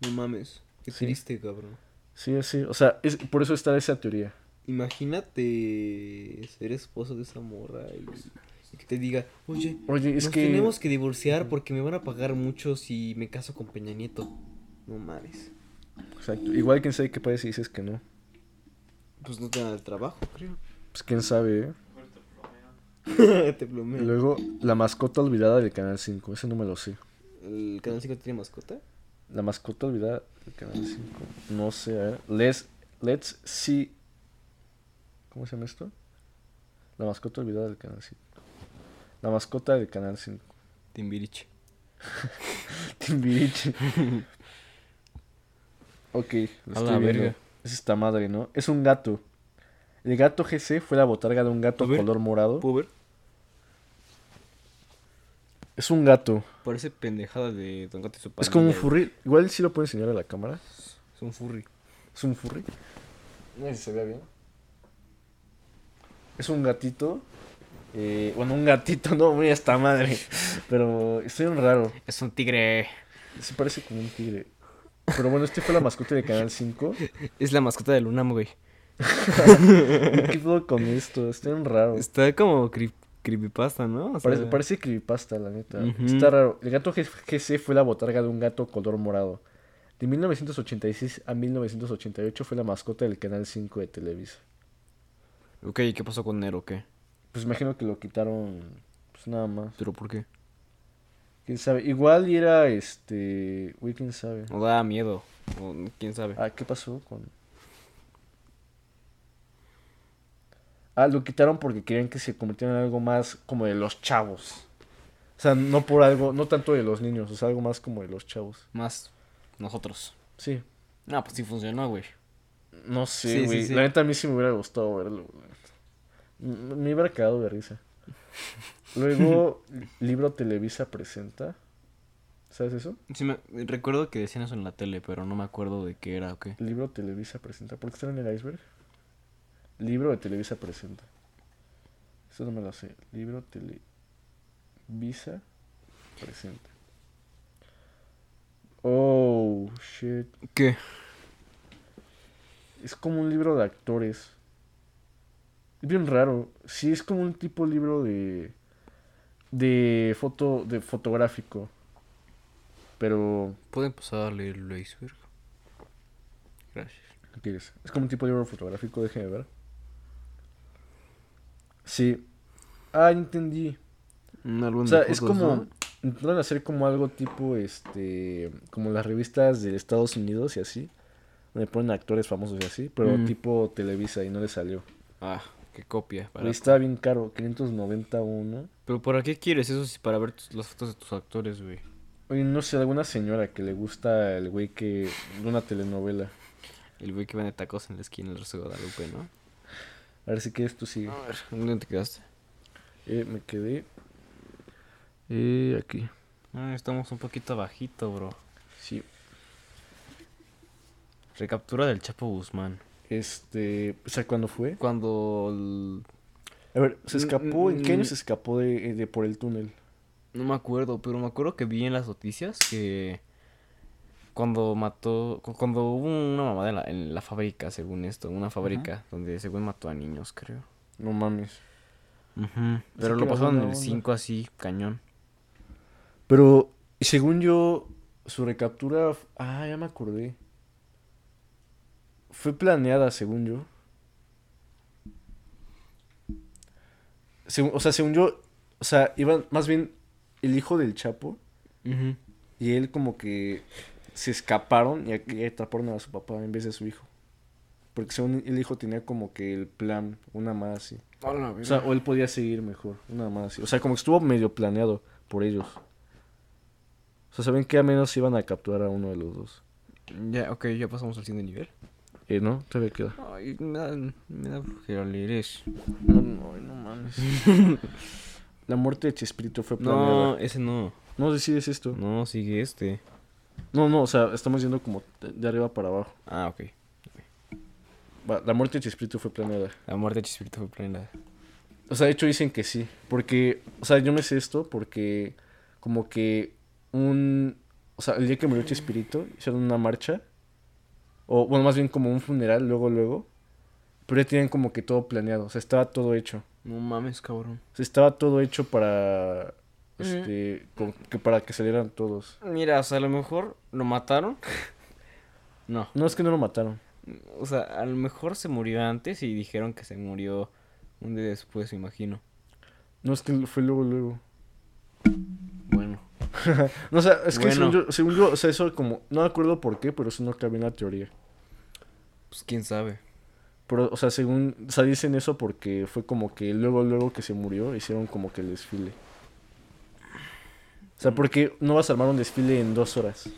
S2: No mames. Qué
S1: Sí.
S2: triste, cabrón.
S1: Sí, sí, o sea, es, por eso está esa teoría.
S2: Imagínate ser esposo de esa morra y, y que te diga, oye,
S1: Oye, es
S2: nos
S1: que.
S2: tenemos que divorciar porque me van a pagar mucho si me caso con Peña Nieto. No mames.
S1: Exacto. Igual quién sabe qué pasa si dices que no.
S2: Pues no te dan el trabajo, (laughs) creo.
S1: Pues quién sabe, ¿eh?
S4: Fuerte promedio.
S2: te
S1: Y
S2: plomeo.
S1: luego, la mascota olvidada del canal 5. Ese no me lo sé.
S2: ¿El canal 5 tiene mascota?
S1: La mascota olvidada del canal 5. No sé, a ver. Let's, let's see. ¿Cómo se llama esto? La mascota olvidada del canal 5. La mascota del canal 5. (laughs)
S2: Timbiriche.
S1: Timbiriche. ok, lo
S2: A
S1: estoy
S2: la
S1: viendo.
S2: verga.
S1: Es esta madre, ¿no? Es un gato. El gato GC fue la botarga de un gato
S2: A ver.
S1: color morado.
S2: ¿Puedo ver?
S1: Es un gato.
S2: Parece pendejada de Don Gato y su
S1: es como un
S2: pandilla,
S1: furry. Igual sí lo puedo enseñar a la cámara.
S2: güey. Es un furry.
S1: Es un furry. No sé si se vea bien. Es un gatito. eh, bueno, un gatito, (laughs) no, muy esta madre. Pero estoy un raro.
S2: Es un tigre.
S1: Se parece como un tigre. Pero bueno, este fue la mascota de Canal 5.
S2: Es la mascota del UNAM, güey.
S1: ¿Qué puedo con esto? Estoy un raro.
S2: Está como creep- creepypasta, ¿no? O sea,
S1: Parece, parece creepypasta, la neta.
S2: Ujú.
S1: Está raro. El gato G- GC fue la botarga de un gato color morado. De 1986 a 1988 fue la mascota del Canal 5 de Televisa.
S2: Ok, ¿y qué pasó con Nero? ¿Qué?
S1: Pues imagino que lo quitaron, pues nada más.
S2: ¿Pero por qué?
S1: ¿Quién sabe? Igual y era este... Güey, ¿quién sabe?
S2: No da miedo. O, ¿Quién sabe?
S1: Ah, ¿qué pasó con...? Ah, lo quitaron porque querían que se convirtiera en algo más como de los chavos. O sea, no por algo, no tanto de los niños, o sea, algo más como de los chavos.
S2: Más nosotros.
S1: Sí.
S2: No, pues sí funcionó, güey.
S1: No
S2: Sí,
S1: sé,
S2: sí,
S1: güey.
S2: sí.
S1: La neta a mí sí me hubiera gustado verlo. güey. M- Me hubiera cagado de risa. (laughs) Luego, Libro Televisa presenta. ¿Sabes eso?
S2: Sí, me... Recuerdo que decían eso en la tele, pero no me acuerdo de qué era o qué.
S1: Libro Televisa presenta. ¿Por qué está en el iceberg? Libro de Televisa presenta. Eso no me lo sé. Libro Televisa presenta. Oh, shit.
S2: ¿Qué?
S1: Es como un libro de actores. Es bien raro. Sí, es como un tipo libro de. de foto. de fotográfico. Pero.
S2: ¿Pueden pasar a leer Luisberg? Gracias.
S1: ¿Qué quieres? Es como un tipo de libro fotográfico, déjeme ver. Sí. Ah, ya entendí. O sea, es como. Intentan hacer como algo tipo, este. Como las revistas de Estados Unidos y así. Donde ponen actores famosos y así. Pero
S2: Mm.
S1: tipo Televisa y no le salió.
S2: Ah, qué copia.
S1: Ahí
S2: barato.
S1: estaba bien caro, 591.
S2: Pero ¿para qué quieres eso si para ver tus- las fotos de tus actores, güey?
S1: Oye, no sé, alguna señora que le gusta el güey que. de una telenovela.
S2: El güey que vende tacos en la esquina del Resto de Guadalupe, ¿no?
S1: A ver si quieres tú sigue.
S2: A ver, ¿dónde te quedaste?
S1: Eh, me quedé. Eh, aquí.
S2: Ah, estamos un poquito bajito, bro.
S1: Sí.
S2: Recaptura del Chapo Guzmán.
S1: Este. O sea, ¿cuándo fue?
S2: Cuando... el-
S1: A ver, ¿se
S2: Mm,
S1: escapó? ¿En qué año
S2: mm.
S1: se escapó de, de por el túnel?
S2: No me acuerdo, pero me acuerdo que vi en las noticias que... Cuando mató... cu- Cuando hubo una mamada en la, en la fábrica, según esto. Una fábrica donde ese güey mató a niños, creo.
S1: No mames.
S2: Pero
S1: que
S2: lo
S1: bajó
S2: pasaron
S1: una
S2: en
S1: onda.
S2: el 5 así, cañón.
S1: Pero, según yo, su recaptura. f- Ah, ya me acordé. Fue planeada, según yo. Según- o sea, según yo. O sea, iban. Más bien, el hijo del Chapo y él, como que se escaparon y, ac- y atraparon a su papá en vez de a su hijo. Porque según el hijo tenía como que el plan, una más así. O sea, o él podía seguir mejor, nada más. O sea, como que estuvo medio planeado por ellos. O sea, saben que a menos iban a capturar a uno de los dos.
S2: Ya, ok, ya pasamos al siguiente nivel.
S1: Eh, ¿no? Todavía queda.
S2: Ay, me da, me da flojera leer eso.
S1: No, no, no mames. (laughs) La muerte de Chespirito fue
S2: No,
S1: planeada.
S2: ese no.
S1: No, decides esto.
S2: No, sigue este.
S1: No, no, o sea, estamos yendo como de- de arriba para abajo.
S2: Ah, ok.
S1: Va, La muerte de Chespirito fue planeada.
S2: La muerte de Chespirito fue planeada.
S1: O sea, de hecho dicen que sí. Porque, o sea, yo me sé esto porque como que un... O sea, el día que murió Chespirito hicieron una marcha. O bueno, más bien como un funeral, luego, luego. Pero ya tenían como que todo planeado. O sea, estaba todo hecho.
S2: No mames, cabrón.
S1: O sea, estaba todo hecho para. Este, con- que para que salieran todos.
S2: Mira, o sea, a lo mejor lo mataron. (laughs) no.
S1: No es que no lo mataron.
S2: O sea, a lo mejor se murió antes y dijeron que se murió un día después, me imagino.
S1: No es que fue luego, luego.
S2: Bueno.
S1: No, o sea, es que
S2: Bueno.
S1: según, yo, según yo, o sea, eso como. No me acuerdo por qué, pero eso no cabe en la teoría.
S2: Pues quién sabe.
S1: Pero, o sea, según. O sea, dicen eso porque fue como que luego, luego que se murió, hicieron como que el desfile. O sea, porque no vas a armar un desfile en dos horas.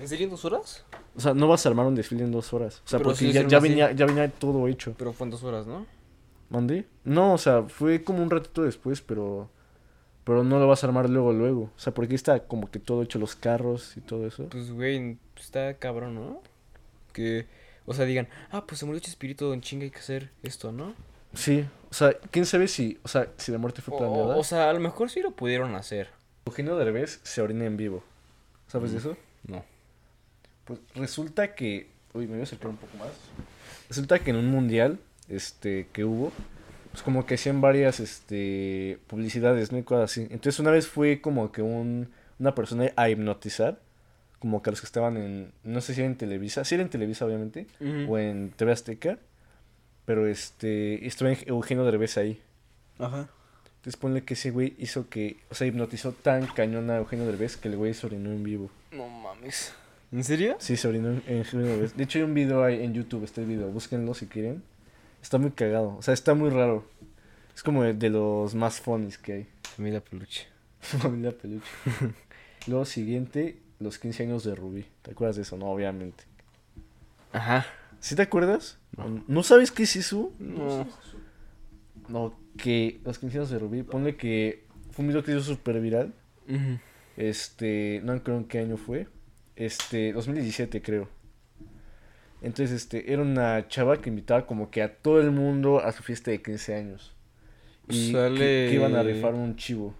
S2: ¿En serio en dos horas?
S1: O sea, no vas a armar un desfile en dos horas. O sea,
S2: Pero
S1: porque
S2: sí
S1: ya,
S2: hicieron
S1: ya
S2: así.
S1: venía, ya venía todo hecho.
S2: Pero fue en dos horas, ¿no?
S1: ¿Mandé? No, o sea, fue como un ratito después, pero. Pero no lo vas a armar luego, luego. O sea, porque está como que todo hecho, los carros y todo eso.
S2: Pues, güey, está cabrón, ¿no? Que, o sea, digan, ah, pues se murió Chespirito, en chinga hay que hacer esto, ¿no?
S1: Sí, o sea, quién sabe si. O sea, si la muerte fue
S2: O,
S1: planeada.
S2: o sea, a lo mejor sí lo pudieron hacer.
S1: Eugenio Derbez se orina en vivo. ¿Sabes de eso?
S2: No.
S1: Pues resulta que. Uy, me voy a acercar un poco más. Resulta que en un mundial, este, que hubo, pues como que hacían varias, este, publicidades, ¿no? Y cosas así. Entonces una vez fue como que un, una persona a hipnotizar, como que a los que estaban en, no sé si era en Televisa, sí era en Televisa obviamente,
S2: Ujú.
S1: o en TV Azteca, pero este, estuvo Eugenio Derbez ahí.
S2: Ajá.
S1: Entonces ponle que ese güey hizo que, o sea, hipnotizó tan cañón a Eugenio Derbez que el güey se orinó en vivo.
S2: No mames. ¿En serio?
S1: Sí, se orinó en- en Eugenio Derbez. De hecho hay un video ahí en YouTube, este video, búsquenlo si quieren. Está muy cagado, o sea, está muy raro. Es como de, de los más funnies que hay. (laughs)
S2: Familia Peluche.
S1: Familia Peluche. Luego siguiente, los 15 años de Rubí. ¿Te acuerdas de eso? No, obviamente.
S2: Ajá.
S1: ¿Sí te acuerdas? ¿No, sabes qué es eso?
S2: No.
S1: No, que los 15 años de Rubí, ponle que fue un video que hizo súper viral.
S2: Ujú.
S1: Este, no creo en qué año fue. Este, 2017 creo. Entonces, este, era una chava que invitaba como que a todo el mundo a su fiesta de 15 años. Y que-
S2: Sale-
S1: que, iban a rifar un chivo.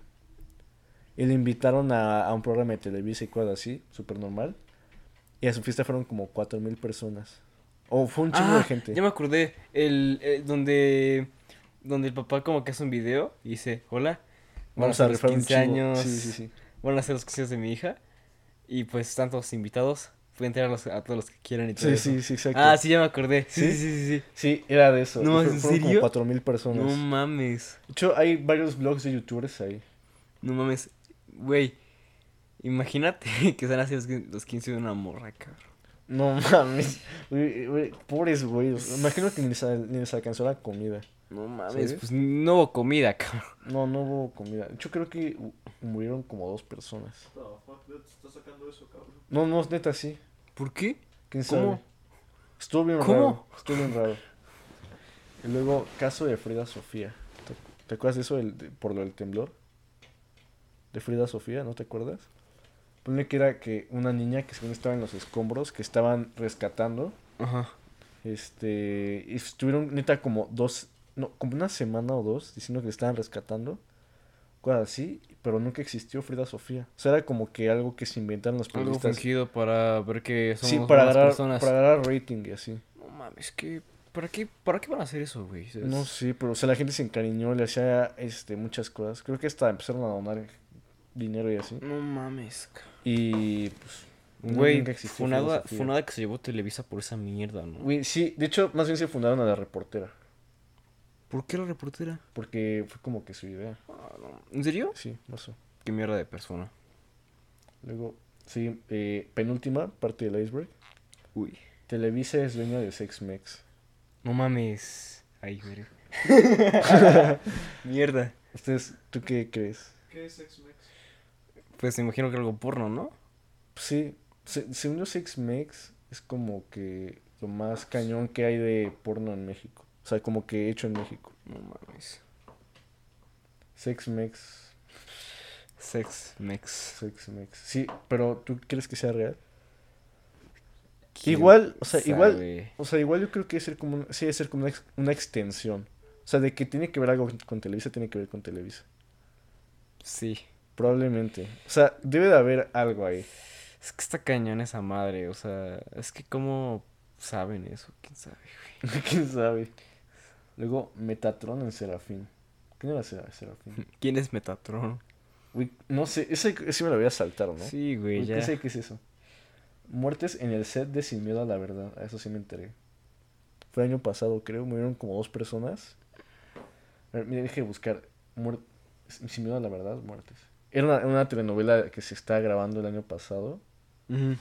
S1: Y le invitaron a, a un programa de Televisa y cosas así, súper normal. Y a su fiesta fueron como 4 mil personas. O fue un chingo
S2: Ah,
S1: de gente.
S2: ya me acordé. El, eh, donde, donde el papá como que hace un video y dice, hola, van a
S1: Vamos a
S2: ser los
S1: rifar un
S2: 15
S1: chivo.
S2: años,
S1: Sí, sí, sí.
S2: van a ser los 15 años de mi hija. Y pues están todos invitados, pueden traer a, los- a todos los que quieran y todo
S1: Sí,
S2: eso.
S1: sí, sí, exacto.
S2: Ah, sí, ya me acordé. Sí,
S1: ¿Sí?
S2: sí, sí, sí.
S1: Sí, era de eso.
S2: No,
S1: Y fue-
S2: ¿en
S1: fueron como
S2: serio?
S1: 4 mil personas.
S2: No mames,
S1: De hecho, hay varios blogs de youtubers ahí.
S2: no mames. Güey, imagínate (laughs) que están así los, quin- los 15 de una morra, cabrón.
S1: No (laughs) mames. Güey, güey, pobres güeyes. Imagino que ni les, al- ni les alcanzó la comida.
S2: No mames,
S1: ¿Sí?
S2: pues no hubo comida, (laughs) cabrón.
S1: No, no hubo comida. Yo creo que hu- murieron como dos personas.
S4: No, fuck, ¿de dónde te estás sacando eso, cabrón?
S1: No, no, neta, sí.
S2: ¿Por qué?
S1: ¿Quién sabe?
S2: ¿Cómo?
S1: Estuvo bien
S2: ¿Cómo?
S1: raro. Estuvo bien raro. Y luego, caso de Frida Sofía. ¿Te, te acuerdas de eso del- de- por lo del temblor? De Frida Sofía, ¿no te acuerdas? Ponle que era que una niña que según estaba en los escombros, que estaban rescatando.
S2: Ajá.
S1: Este, y estuvieron neta como dos, no, como una semana o dos diciendo que le estaban rescatando, cosas así, pero nunca existió Frida Sofía. O sea, era como que algo que se inventaron los
S2: Algo
S1: periodistas.
S2: fingido para ver que somos
S1: Sí, para
S2: buenas
S1: agarrar,
S2: personas.
S1: para agarrar rating y así.
S2: No mames, que ¿para qué, ¿para qué van a hacer eso, güey? O sea,
S1: No
S2: es-
S1: sé, pero o sea, la gente se encariñó, le hacía este muchas cosas. Creo que hasta empezaron a donar dinero y así.
S2: No mames. ca-
S1: Y pues no-
S2: Güey,
S1: nunca existió Frida
S2: funada,
S1: Sofía.
S2: funada que se llevó Televisa por esa mierda, ¿no?
S1: Güey, sí, de hecho, más bien se fundaron a la reportera,
S2: ¿Por qué la reportera?
S1: porque fue como que su idea.
S2: Ah, no. ¿En serio?
S1: Sí, pasó.
S2: Qué mierda de persona.
S1: Luego, sí, eh, penúltima parte del iceberg.
S2: Uy.
S1: Televisa es dueña de Sex Mex.
S2: No mames. Ay, güey. (laughs) mierda.
S1: ¿Ustedes, tú qué crees?
S4: ¿Qué es X-Mex?
S2: Pues me imagino que algo porno, ¿no?
S1: Pues sí, se, según yo Sex Mex es como que lo más cañón que hay de porno en México. O sea, como que hecho en México.
S2: No mames.
S1: Sex Mex,
S2: Sex, mex.
S1: Sex Mex. Sí, pero ¿tú crees que sea real?
S2: ¿Quién
S1: Igual, o sea, igual-
S2: sabe?
S1: O sea, igual yo creo que es ser como, un- sí, es ser como una, ex- una extensión. O sea, de que tiene que ver algo con Televisa, tiene que ver con Televisa.
S2: Sí.
S1: Probablemente. O sea, debe de haber algo ahí.
S2: Es que está cañón esa madre, o sea, es que cómo saben eso, quién sabe, güey.
S1: (laughs) ¿Quién sabe? Luego Metatron en Serafín. ¿Quién era Sera- Serafín?
S2: (laughs) ¿Quién es Metatron?
S1: Güey, no sé, ese sí me lo voy a saltar, ¿no?
S2: Sí, güey,
S1: Güey,
S2: ya.
S1: ¿Qué sé qué es eso? Muertes en el set de Sin Miedo a la Verdad. A eso sí me enteré. Fue el año pasado, creo. Murieron como dos personas. A ver, mira, dije buscar. muer- Sin Miedo a la Verdad, muertes. Era una, una telenovela que se está grabando el año pasado.
S2: Ujú.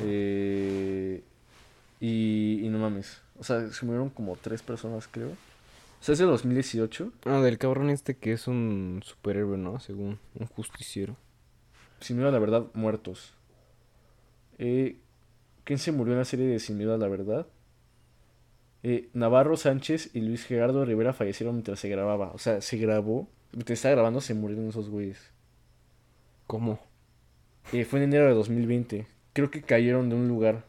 S1: Eh, y, y no mames. O sea, se murieron como tres personas, creo. O sea, es de 2018.
S2: Ah, del cabrón este que es un superhéroe, ¿no? Según un justiciero.
S1: Sin miedo a la verdad, muertos. Eh, ¿Quién se murió en la serie de Sin miedo a la verdad? Eh, Navarro Sánchez y Luis Gerardo Rivera fallecieron mientras se grababa. O sea, se grabó. Mientras estaba grabando se murieron esos güeyes.
S2: ¿Cómo?
S1: Eh, fue en enero de 2020. Creo que cayeron de un lugar.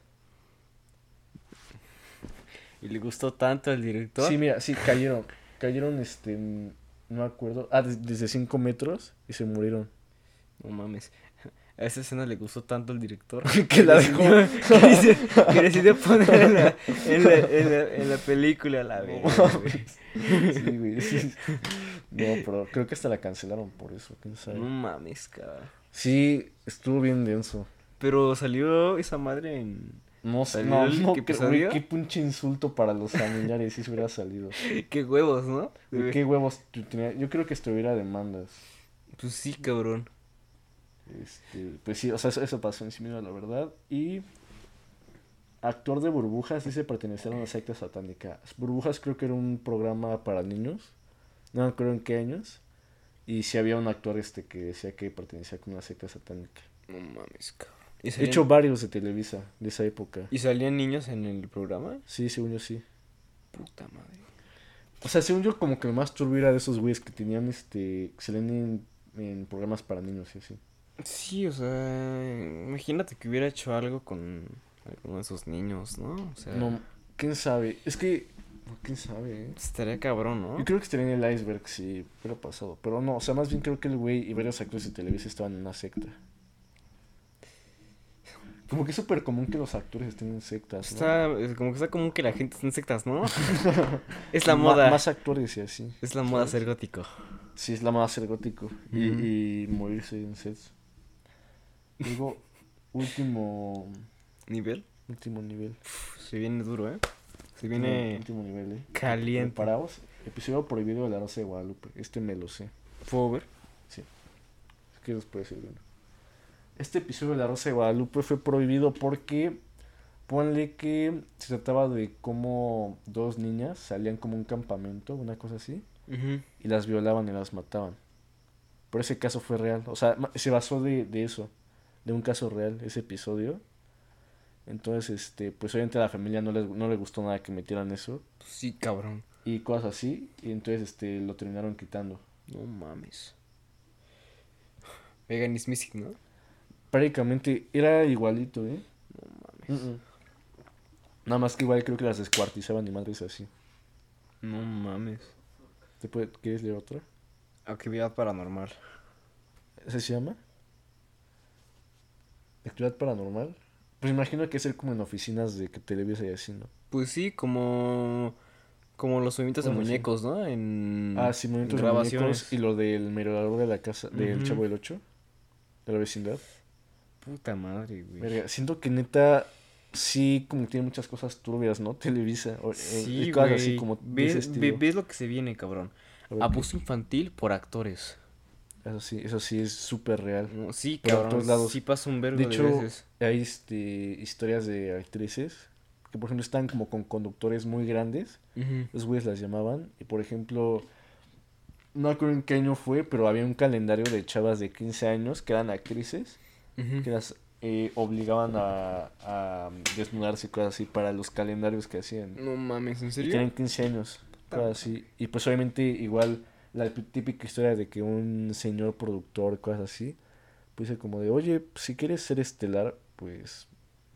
S2: ¿Y le gustó tanto al director?
S1: Sí, mira, sí, cayeron. Cayeron, este, mm, no me acuerdo. Ah, des- desde 5 metros y se murieron.
S2: No mames. A esa escena le gustó tanto al director.
S1: Que la dejó.
S2: (laughs) que decidió- (laughs) que decidió poner en la, en la, en la, en la película, la verga, güey.
S1: Sí, güey. sí. No, pero creo que hasta la cancelaron por eso. ¿Quién sabe?
S2: No mames, cabrón.
S1: Sí, estuvo bien denso.
S2: Pero salió esa madre en...
S1: No sé,
S2: ¿Salió
S1: no,
S2: el
S1: no
S2: que
S1: creo,
S2: salió?
S1: güey, qué pinche insulto para los familiares si se hubiera salido.
S2: Qué huevos, ¿no?
S1: Güey, qué huevos tú tenías? Yo creo que estuviera demandas.
S2: Pues sí, cabrón.
S1: Este, pues sí, o sea, eso, eso pasó en sí mismo, la verdad. Y actor de burbujas dice pertenecer a una secta satánica. Burbujas creo que era un programa para niños. No me acuerdo en qué años. Y sí había un actor este que decía que pertenecía a una secta satánica.
S2: No mames, cabrón. ¿Y
S1: He
S2: salían,
S1: hecho varios de Televisa de esa época.
S2: ¿Y salían niños en el programa?
S1: Sí, según yo sí.
S2: Puta madre.
S1: O sea, según yo, como que lo más turbio era de esos güeyes que tenían este. que salían en, en programas para niños y así.
S2: Sí, o sea, imagínate que hubiera hecho algo con alguno de esos niños, ¿no? O sea,
S1: No, quién sabe. Es que. no, quién sabe, eh?
S2: estaría cabrón, ¿no?
S1: Yo creo que estaría en el iceberg si hubiera pasado. Pero no, o sea, más bien creo que el güey y varios actores de Televisa estaban en una secta. Como que es súper común que los actores estén en sectas. ¿no?
S2: Está, es como que está común que la gente está en sectas, (laughs) ¿no?
S1: Ma-
S2: es la moda.
S1: más actores y así.
S2: Es la moda ser gótico.
S1: Sí, es la más ser gótico. y,
S2: Ujú.
S1: y morirse en sets. Luego, último.
S2: ¿Nivel?
S1: Último nivel.
S2: Uf, se viene duro, ¿eh? Se
S1: Viene.
S2: viene
S1: Último nivel, eh.
S2: caliente.
S1: Preparaos. Episodio prohibido de la Rosa de Guadalupe. Este me lo sé.
S2: ¿Puedo ver?
S1: ¿Qué les puede decir? Este episodio de la Rosa de Guadalupe fue prohibido porque. Ponle que se trataba de cómo dos niñas salían como a un campamento, una cosa así,
S2: Ujú.
S1: y las violaban y las mataban. Pero ese caso fue real. O sea, ma- se basó de, de eso, de un caso real, ese episodio. Entonces, este, pues obviamente a la familia no les- no le gustó nada que metieran eso.
S2: Pues Sí, cabrón.
S1: y cosas así, y entonces este lo terminaron quitando.
S2: No mames. Vegan is missing, ¿no?
S1: Prácticamente era igualito, ¿eh? No mames. Nada más que igual creo que las descuartizaban y madres así.
S2: No mames.
S1: ¿Te puede- ¿Quieres leer otra?
S2: Actividad paranormal.
S1: ¿Ese se llama? Actividad paranormal. Pues imagino que es el como en oficinas de que Televisa y así, ¿no?
S2: Pues sí, como. Como los movimientos de
S1: Bueno, sí.
S2: muñecos, ¿no? En.
S1: Ah, sí, movimientos de
S2: Mm. grabaciones.
S1: muñecos y lo del mirador de la casa, del
S2: Ujú.
S1: Chavo del 8, de la vecindad.
S2: Puta madre, güey.
S1: Verga, eh, siento que neta sí como que tiene muchas cosas turbias, ¿no? Televisa o, eh,
S2: Sí,
S1: y
S2: güey.
S1: cosas así como de ese
S2: Ves, ve-
S1: estilo.
S2: ves lo que se viene, cabrón.
S1: A ver,
S2: Abuso infantil por actores.
S1: Eso sí, eso sí es súper real.
S2: No, sí,
S1: Por
S2: cabrón.
S1: todos lados.
S2: Sí pasa un vergo
S1: De
S2: de,
S1: hecho,
S2: veces.
S1: Hay este, historias de actrices que por ejemplo están como con conductores muy grandes,
S2: Ujú.
S1: los güeyes las llamaban y por ejemplo no me acuerdo en qué año fue, pero había un calendario de chavas de 15 años que eran actrices
S2: Ujú.
S1: que las eh, obligaban a, a desnudarse y cosas así para los calendarios que hacían.
S2: No mames, ¿en
S1: Y
S2: serio?
S1: tienen 15 años. cosas así. Y pues obviamente igual la pi- típica historia de que un señor productor, cosas así, pues dice como de, oye, pues, si quieres ser estelar, pues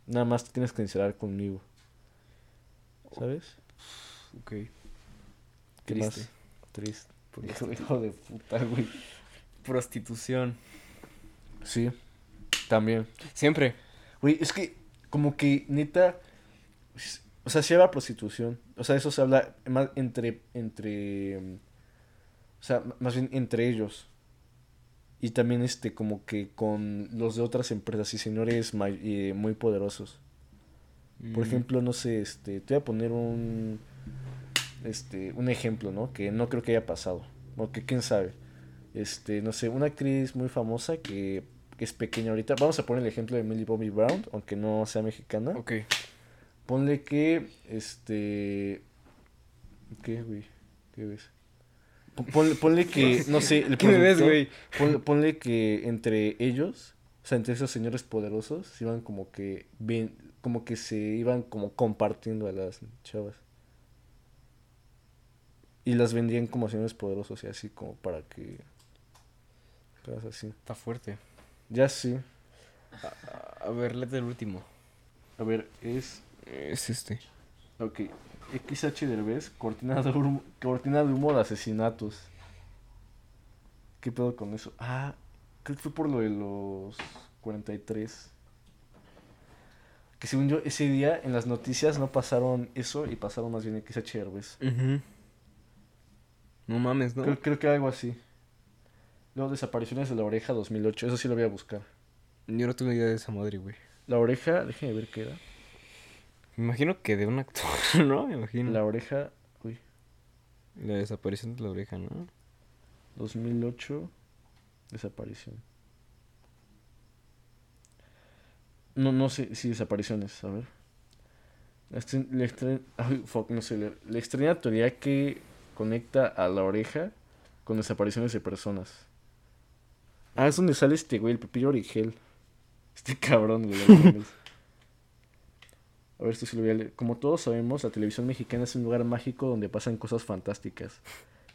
S1: nada más te tienes que encerrar conmigo. ¿Sabes?
S2: Ok.
S1: ¿Qué
S2: Triste.
S1: más? Triste. Hijo, hijo de puta, güey.
S2: Prostitución.
S1: Sí, también.
S2: Siempre.
S1: Güey, es que como que neta, s- O sea, sí había prostitución. O sea, eso se habla más entre, entre, mm, o sea, m- más bien entre ellos. Y también, este, como que con los de otras empresas y señores may- eh, muy poderosos.
S2: Mm,
S1: Por ejemplo, no sé, este, te voy a poner un, este, un ejemplo, ¿no? Que no creo que haya pasado, o que quién sabe. Este, no sé, una actriz muy famosa que, que es pequeña ahorita. Vamos a poner el ejemplo de Millie Bobby Brown, aunque no sea mexicana.
S2: Ok.
S1: Ponle que, este, ¿qué, güey? ¿Qué ves? Pon- Ponle, ponle que, no sé, el
S2: (laughs) (laughs) ¿Qué me ves,
S1: productor-
S2: güey?
S1: Ponle, ponle que entre ellos, o sea, entre esos señores poderosos, se iban como que ven- como que se iban como compartiendo a las chavas. Y las vendían como a señores poderosos y así como para que cosas así.
S2: Está fuerte.
S1: Ya sí.
S2: A, a ver, léete el último.
S1: A ver, es
S2: Es este.
S1: ok. XH Derbez, cortina de humo, cortina de humo de asesinatos. ¿Qué pedo con eso? Ah, creo que fue por lo de los 43. Que según yo, ese día en las noticias no pasaron eso y pasaron más bien XH Derbez.
S2: No mames, ¿no?
S1: Creo, creo que algo así. Luego, Desapariciones de la Oreja 2008. Eso sí lo voy a buscar.
S2: Yo no tengo idea de esa madre, güey.
S1: La Oreja, déjenme ver qué era.
S2: Me imagino que de un actor, (laughs) ¿no? Me imagino.
S1: La
S2: La,
S1: Oreja, uy,
S2: desaparición de la oreja, ¿no?
S1: 2008, desaparición. No, no sé si desapariciones, a ver. La, extre- la extre- ay, fuck, no sé leer. La extraña teoría que conecta a la oreja con desapariciones de personas. Ah, es donde sale este güey, el Pepillo Origel. Este (laughs) cabrón, güey. no mames. A ver, esto sí lo voy a leer. Como todos sabemos, la televisión mexicana es un lugar mágico donde pasan cosas fantásticas.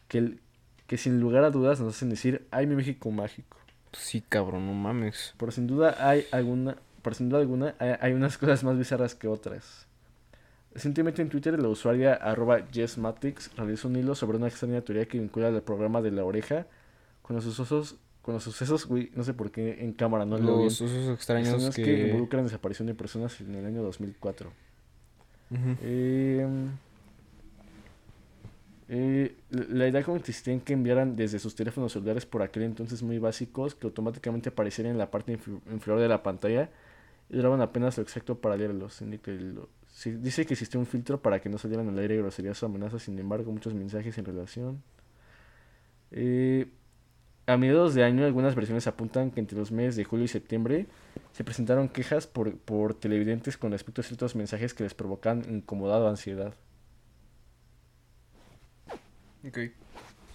S1: Que, el- que sin lugar a dudas nos hacen decir, ay, mi México mágico.
S2: Pues Sí, cabrón, no mames.
S1: Por sin duda hay alguna, por sin duda alguna, hay, hay unas (laughs) cosas más bizarras que otras. Recientemente en Twitter la usuaria arroba JessMatrix realizó un hilo sobre una extraña teoría que vincula el programa de la oreja con los sucesos, con los sucesos, güey, no sé por qué en cámara no lo
S2: Los
S1: vi.
S2: usos extraños
S1: Extraños
S2: que...
S1: que... involucran desaparición de personas en el año 2004.
S2: Ujú.
S1: Eh, eh, la- la idea consistía en que enviaran desde sus teléfonos celulares por aquel entonces muy básicos que automáticamente aparecieran en la parte infu- inferior de la pantalla y duraban apenas lo exacto para leerlos. Indica el- sí, dice que existía un filtro para que no salieran al aire groserías o amenazas, sin embargo, muchos mensajes en relación. Eh, a mediados de año, algunas versiones apuntan que entre los meses de julio y septiembre se presentaron quejas por, por televidentes con respecto a ciertos mensajes que les provocan incomodidad o ansiedad.
S2: Ok.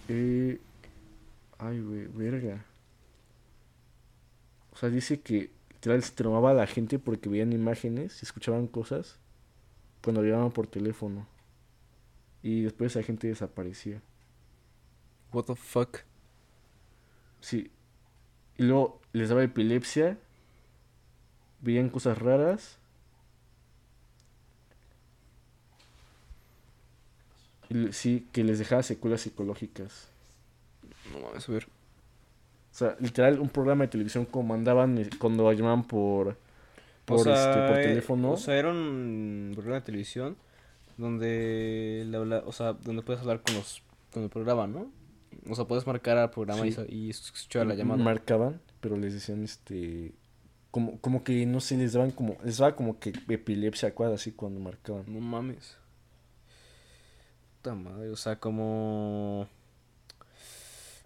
S1: Eh, ay, güey, verga. O sea, dice que literal se traumaba a la gente porque veían imágenes, escuchaban cosas cuando llamaban por teléfono. Y después la gente desaparecía.
S2: What the fuck.
S1: Sí. Y luego les daba epilepsia. Veían cosas raras. Y le- sí, que les dejaba secuelas psicológicas.
S2: No mames, a ver.
S1: O sea, literal, un programa de televisión como mandaban eh, cuando llamaban por, por,
S2: o sea,
S1: este, por
S2: eh,
S1: teléfono.
S2: O sea, era un programa de televisión donde le habla, o sea, donde puedes hablar con los con el programa, ¿no? O sea, puedes marcar al programa y
S1: Sí.
S2: sa- y, escuchar la llamada.
S1: Marcaban, pero les decían, este... Como, como que, no sé, les daban como... Les daba como que epilepsia, cosas así cuando marcaban.
S2: no mames. Puta madre, o sea, como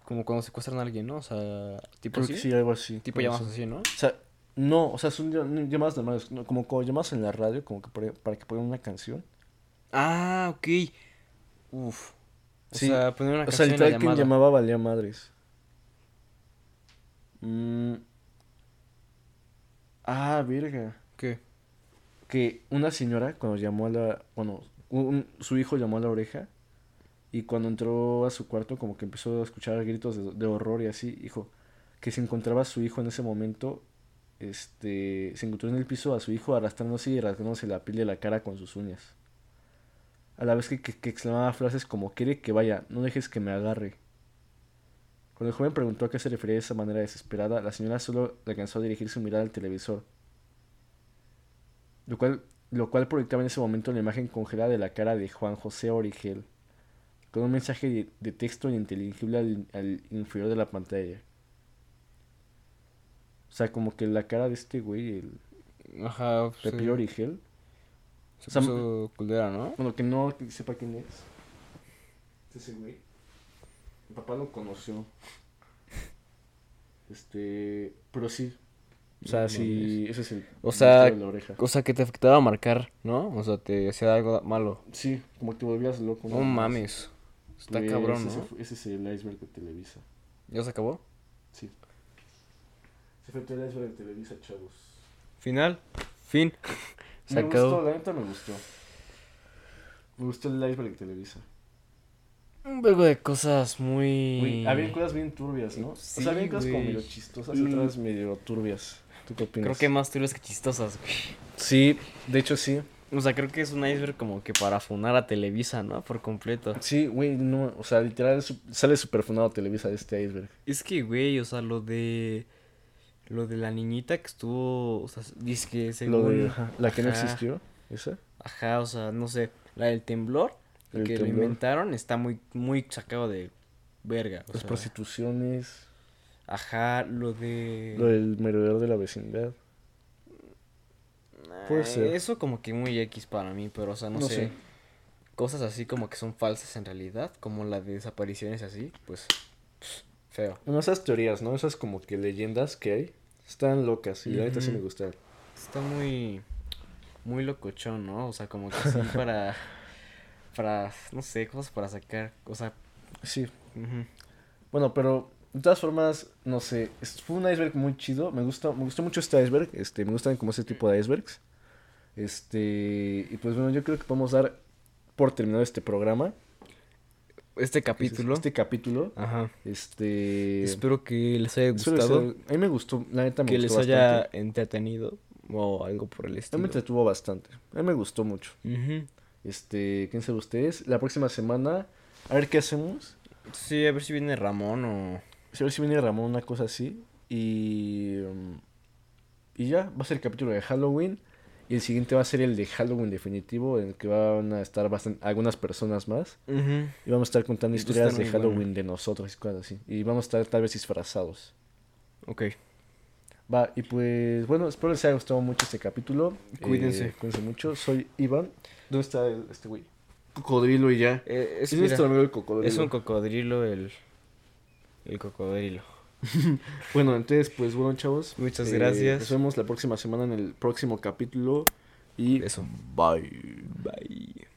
S2: como cuando secuestran a alguien, ¿no? O sea, tipo
S1: Creo
S2: así.
S1: que sí, algo así.
S2: Tipo
S1: como
S2: llamas
S1: así.
S2: así, ¿no?
S1: O sea, no, o sea, son llam- llamadas normales, no, como cuando llamas en la radio, como que pre- para que pongan una canción.
S2: Ah, ok. Uf. O
S1: Sí,
S2: sea, poner una
S1: o sea,
S2: canción en la
S1: literal quien
S2: llamada.
S1: llamaba valía madres. Mm. Ah, verga.
S2: ¿Qué?
S1: Que una señora cuando llamó a la, bueno, un- su hijo llamó a la oreja y cuando entró a su cuarto como que empezó a escuchar gritos de, de horror y así, dijo que se encontraba a su hijo en ese momento, este, se encontró en el piso a su hijo arrastrándose y rasgándose la piel de la cara con sus uñas. A la vez que, que- que exclamaba frases como quiere que vaya, no dejes que me agarre. Cuando el joven preguntó a qué se refería de esa manera desesperada, la señora solo alcanzó a dirigir su mirada al televisor. Lo cual lo cual proyectaba en ese momento la imagen congelada de la cara de Juan José Origel, con un mensaje de, de texto ininteligible al, al inferior de la pantalla. O sea, como que la cara de este güey, el
S2: Ajá, pues,
S1: Pepillo
S2: sí.
S1: Origel,
S2: Se
S1: O sea,
S2: puso culera, ¿no?
S1: bueno, que no que sepa quién es. Es ese güey. Mi papá lo conoció. Este, pero sí. O sea,
S2: No
S1: sí, ese es el
S2: O sea,
S1: monstruo de la oreja.
S2: O sea, que te afectaba a marcar, ¿no? O sea, te hacía algo malo.
S1: Sí, como que te volvías loco.
S2: No mames. Está
S1: Pues,
S2: cabrón,
S1: ese,
S2: ¿no?
S1: fue- ese es el iceberg de Televisa.
S2: ¿Ya se acabó?
S1: Sí. Se fue el iceberg de Televisa, chavos.
S2: Final. Fin. Se
S1: me gustó,
S2: acabó.
S1: la neta me gustó. Me gustó el iceberg de Televisa.
S2: Un vergo de cosas muy...
S1: Güey, había cosas bien turbias, ¿no? o
S2: Sí,
S1: sea, había cosas como
S2: güey.
S1: medio chistosas y otras medio turbias. ¿Tú qué opinas?
S2: Creo que más turbias que chistosas, güey.
S1: Sí, de hecho sí.
S2: O sea, creo que es un iceberg como que para funar a Televisa, ¿no? Por completo.
S1: Sí, güey, no, o sea, literal es su- sale superfunado Televisa de este iceberg.
S2: Es que, güey, o sea, lo de... Lo de la niñita que estuvo... O sea, dice que según...
S1: Lo de ajá, la que no
S2: ajá.
S1: existió, esa.
S2: Ajá, o sea, no sé. La del temblor,
S1: El
S2: que lo
S1: temblor.
S2: inventaron, está muy, muy sacado de verga. O
S1: Las
S2: sea,
S1: prostituciones,
S2: ajá, lo de...
S1: lo del merodeador de la vecindad.
S2: Ah,
S1: puede ser.
S2: Eso como que muy X para mí, pero o sea, no,
S1: No
S2: sé.
S1: sé.
S2: Cosas así como que son falsas en realidad, como las de desapariciones así, pues feo.
S1: Bueno, esas teorías, ¿no? Esas como que leyendas que hay. Están locas y la neta sí
S2: Ujú.
S1: me gustaron.
S2: Está muy muy locochón, ¿no? O sea, como que
S1: (laughs)
S2: sí para para no sé, cosas para sacar, o sea,
S1: Sí.
S2: ujú.
S1: Bueno, pero de todas formas, no sé, es- fue un iceberg muy chido. Me gustó, me gustó mucho este iceberg. Este, me gustan como ese tipo de icebergs. Este, y pues bueno, yo creo que podemos dar por terminado este programa.
S2: este capítulo.
S1: Este capítulo.
S2: Ajá.
S1: Este.
S2: Espero que les haya
S1: espero que sea-
S2: gustado,
S1: a mí me gustó, la neta me
S2: que les
S1: gustó
S2: haya
S1: bastante.
S2: entretenido o algo por el
S1: A mí
S2: estilo.
S1: me entretuvo bastante. A mí me gustó mucho.
S2: Ujú.
S1: Este, ¿quién sabe ustedes? La próxima semana, a ver qué hacemos.
S2: Sí, a ver si viene Ramón o
S1: A ver si viene Ramón, una cosa así. Y. um, Y ya, va a ser el capítulo de Halloween. Y el siguiente va a ser el de Halloween definitivo, en el que van a estar bastan- algunas personas más.
S2: Ujú.
S1: Y vamos a estar contando
S2: Eso
S1: historias
S2: está
S1: de
S2: muy
S1: Halloween
S2: bueno.
S1: de nosotros y cosas así. Y vamos a estar tal vez disfrazados.
S2: Ok.
S1: Va, y pues bueno, espero les haya gustado mucho este capítulo.
S2: Cuídense.
S1: Eh, cuídense mucho. Soy Iván. ¿Dónde está el- este güey? Cocodrilo y ya.
S2: Eh,
S1: Es,
S2: es, mira,
S1: nuestro amigo el cocodrilo.
S2: es un cocodrilo el, el cocodrilo.
S1: Bueno, entonces, pues bueno, chavos.
S2: Muchas
S1: eh,
S2: gracias.
S1: Nos vemos la próxima semana en el próximo capítulo. Y
S2: Eso.
S1: bye.
S2: Bye.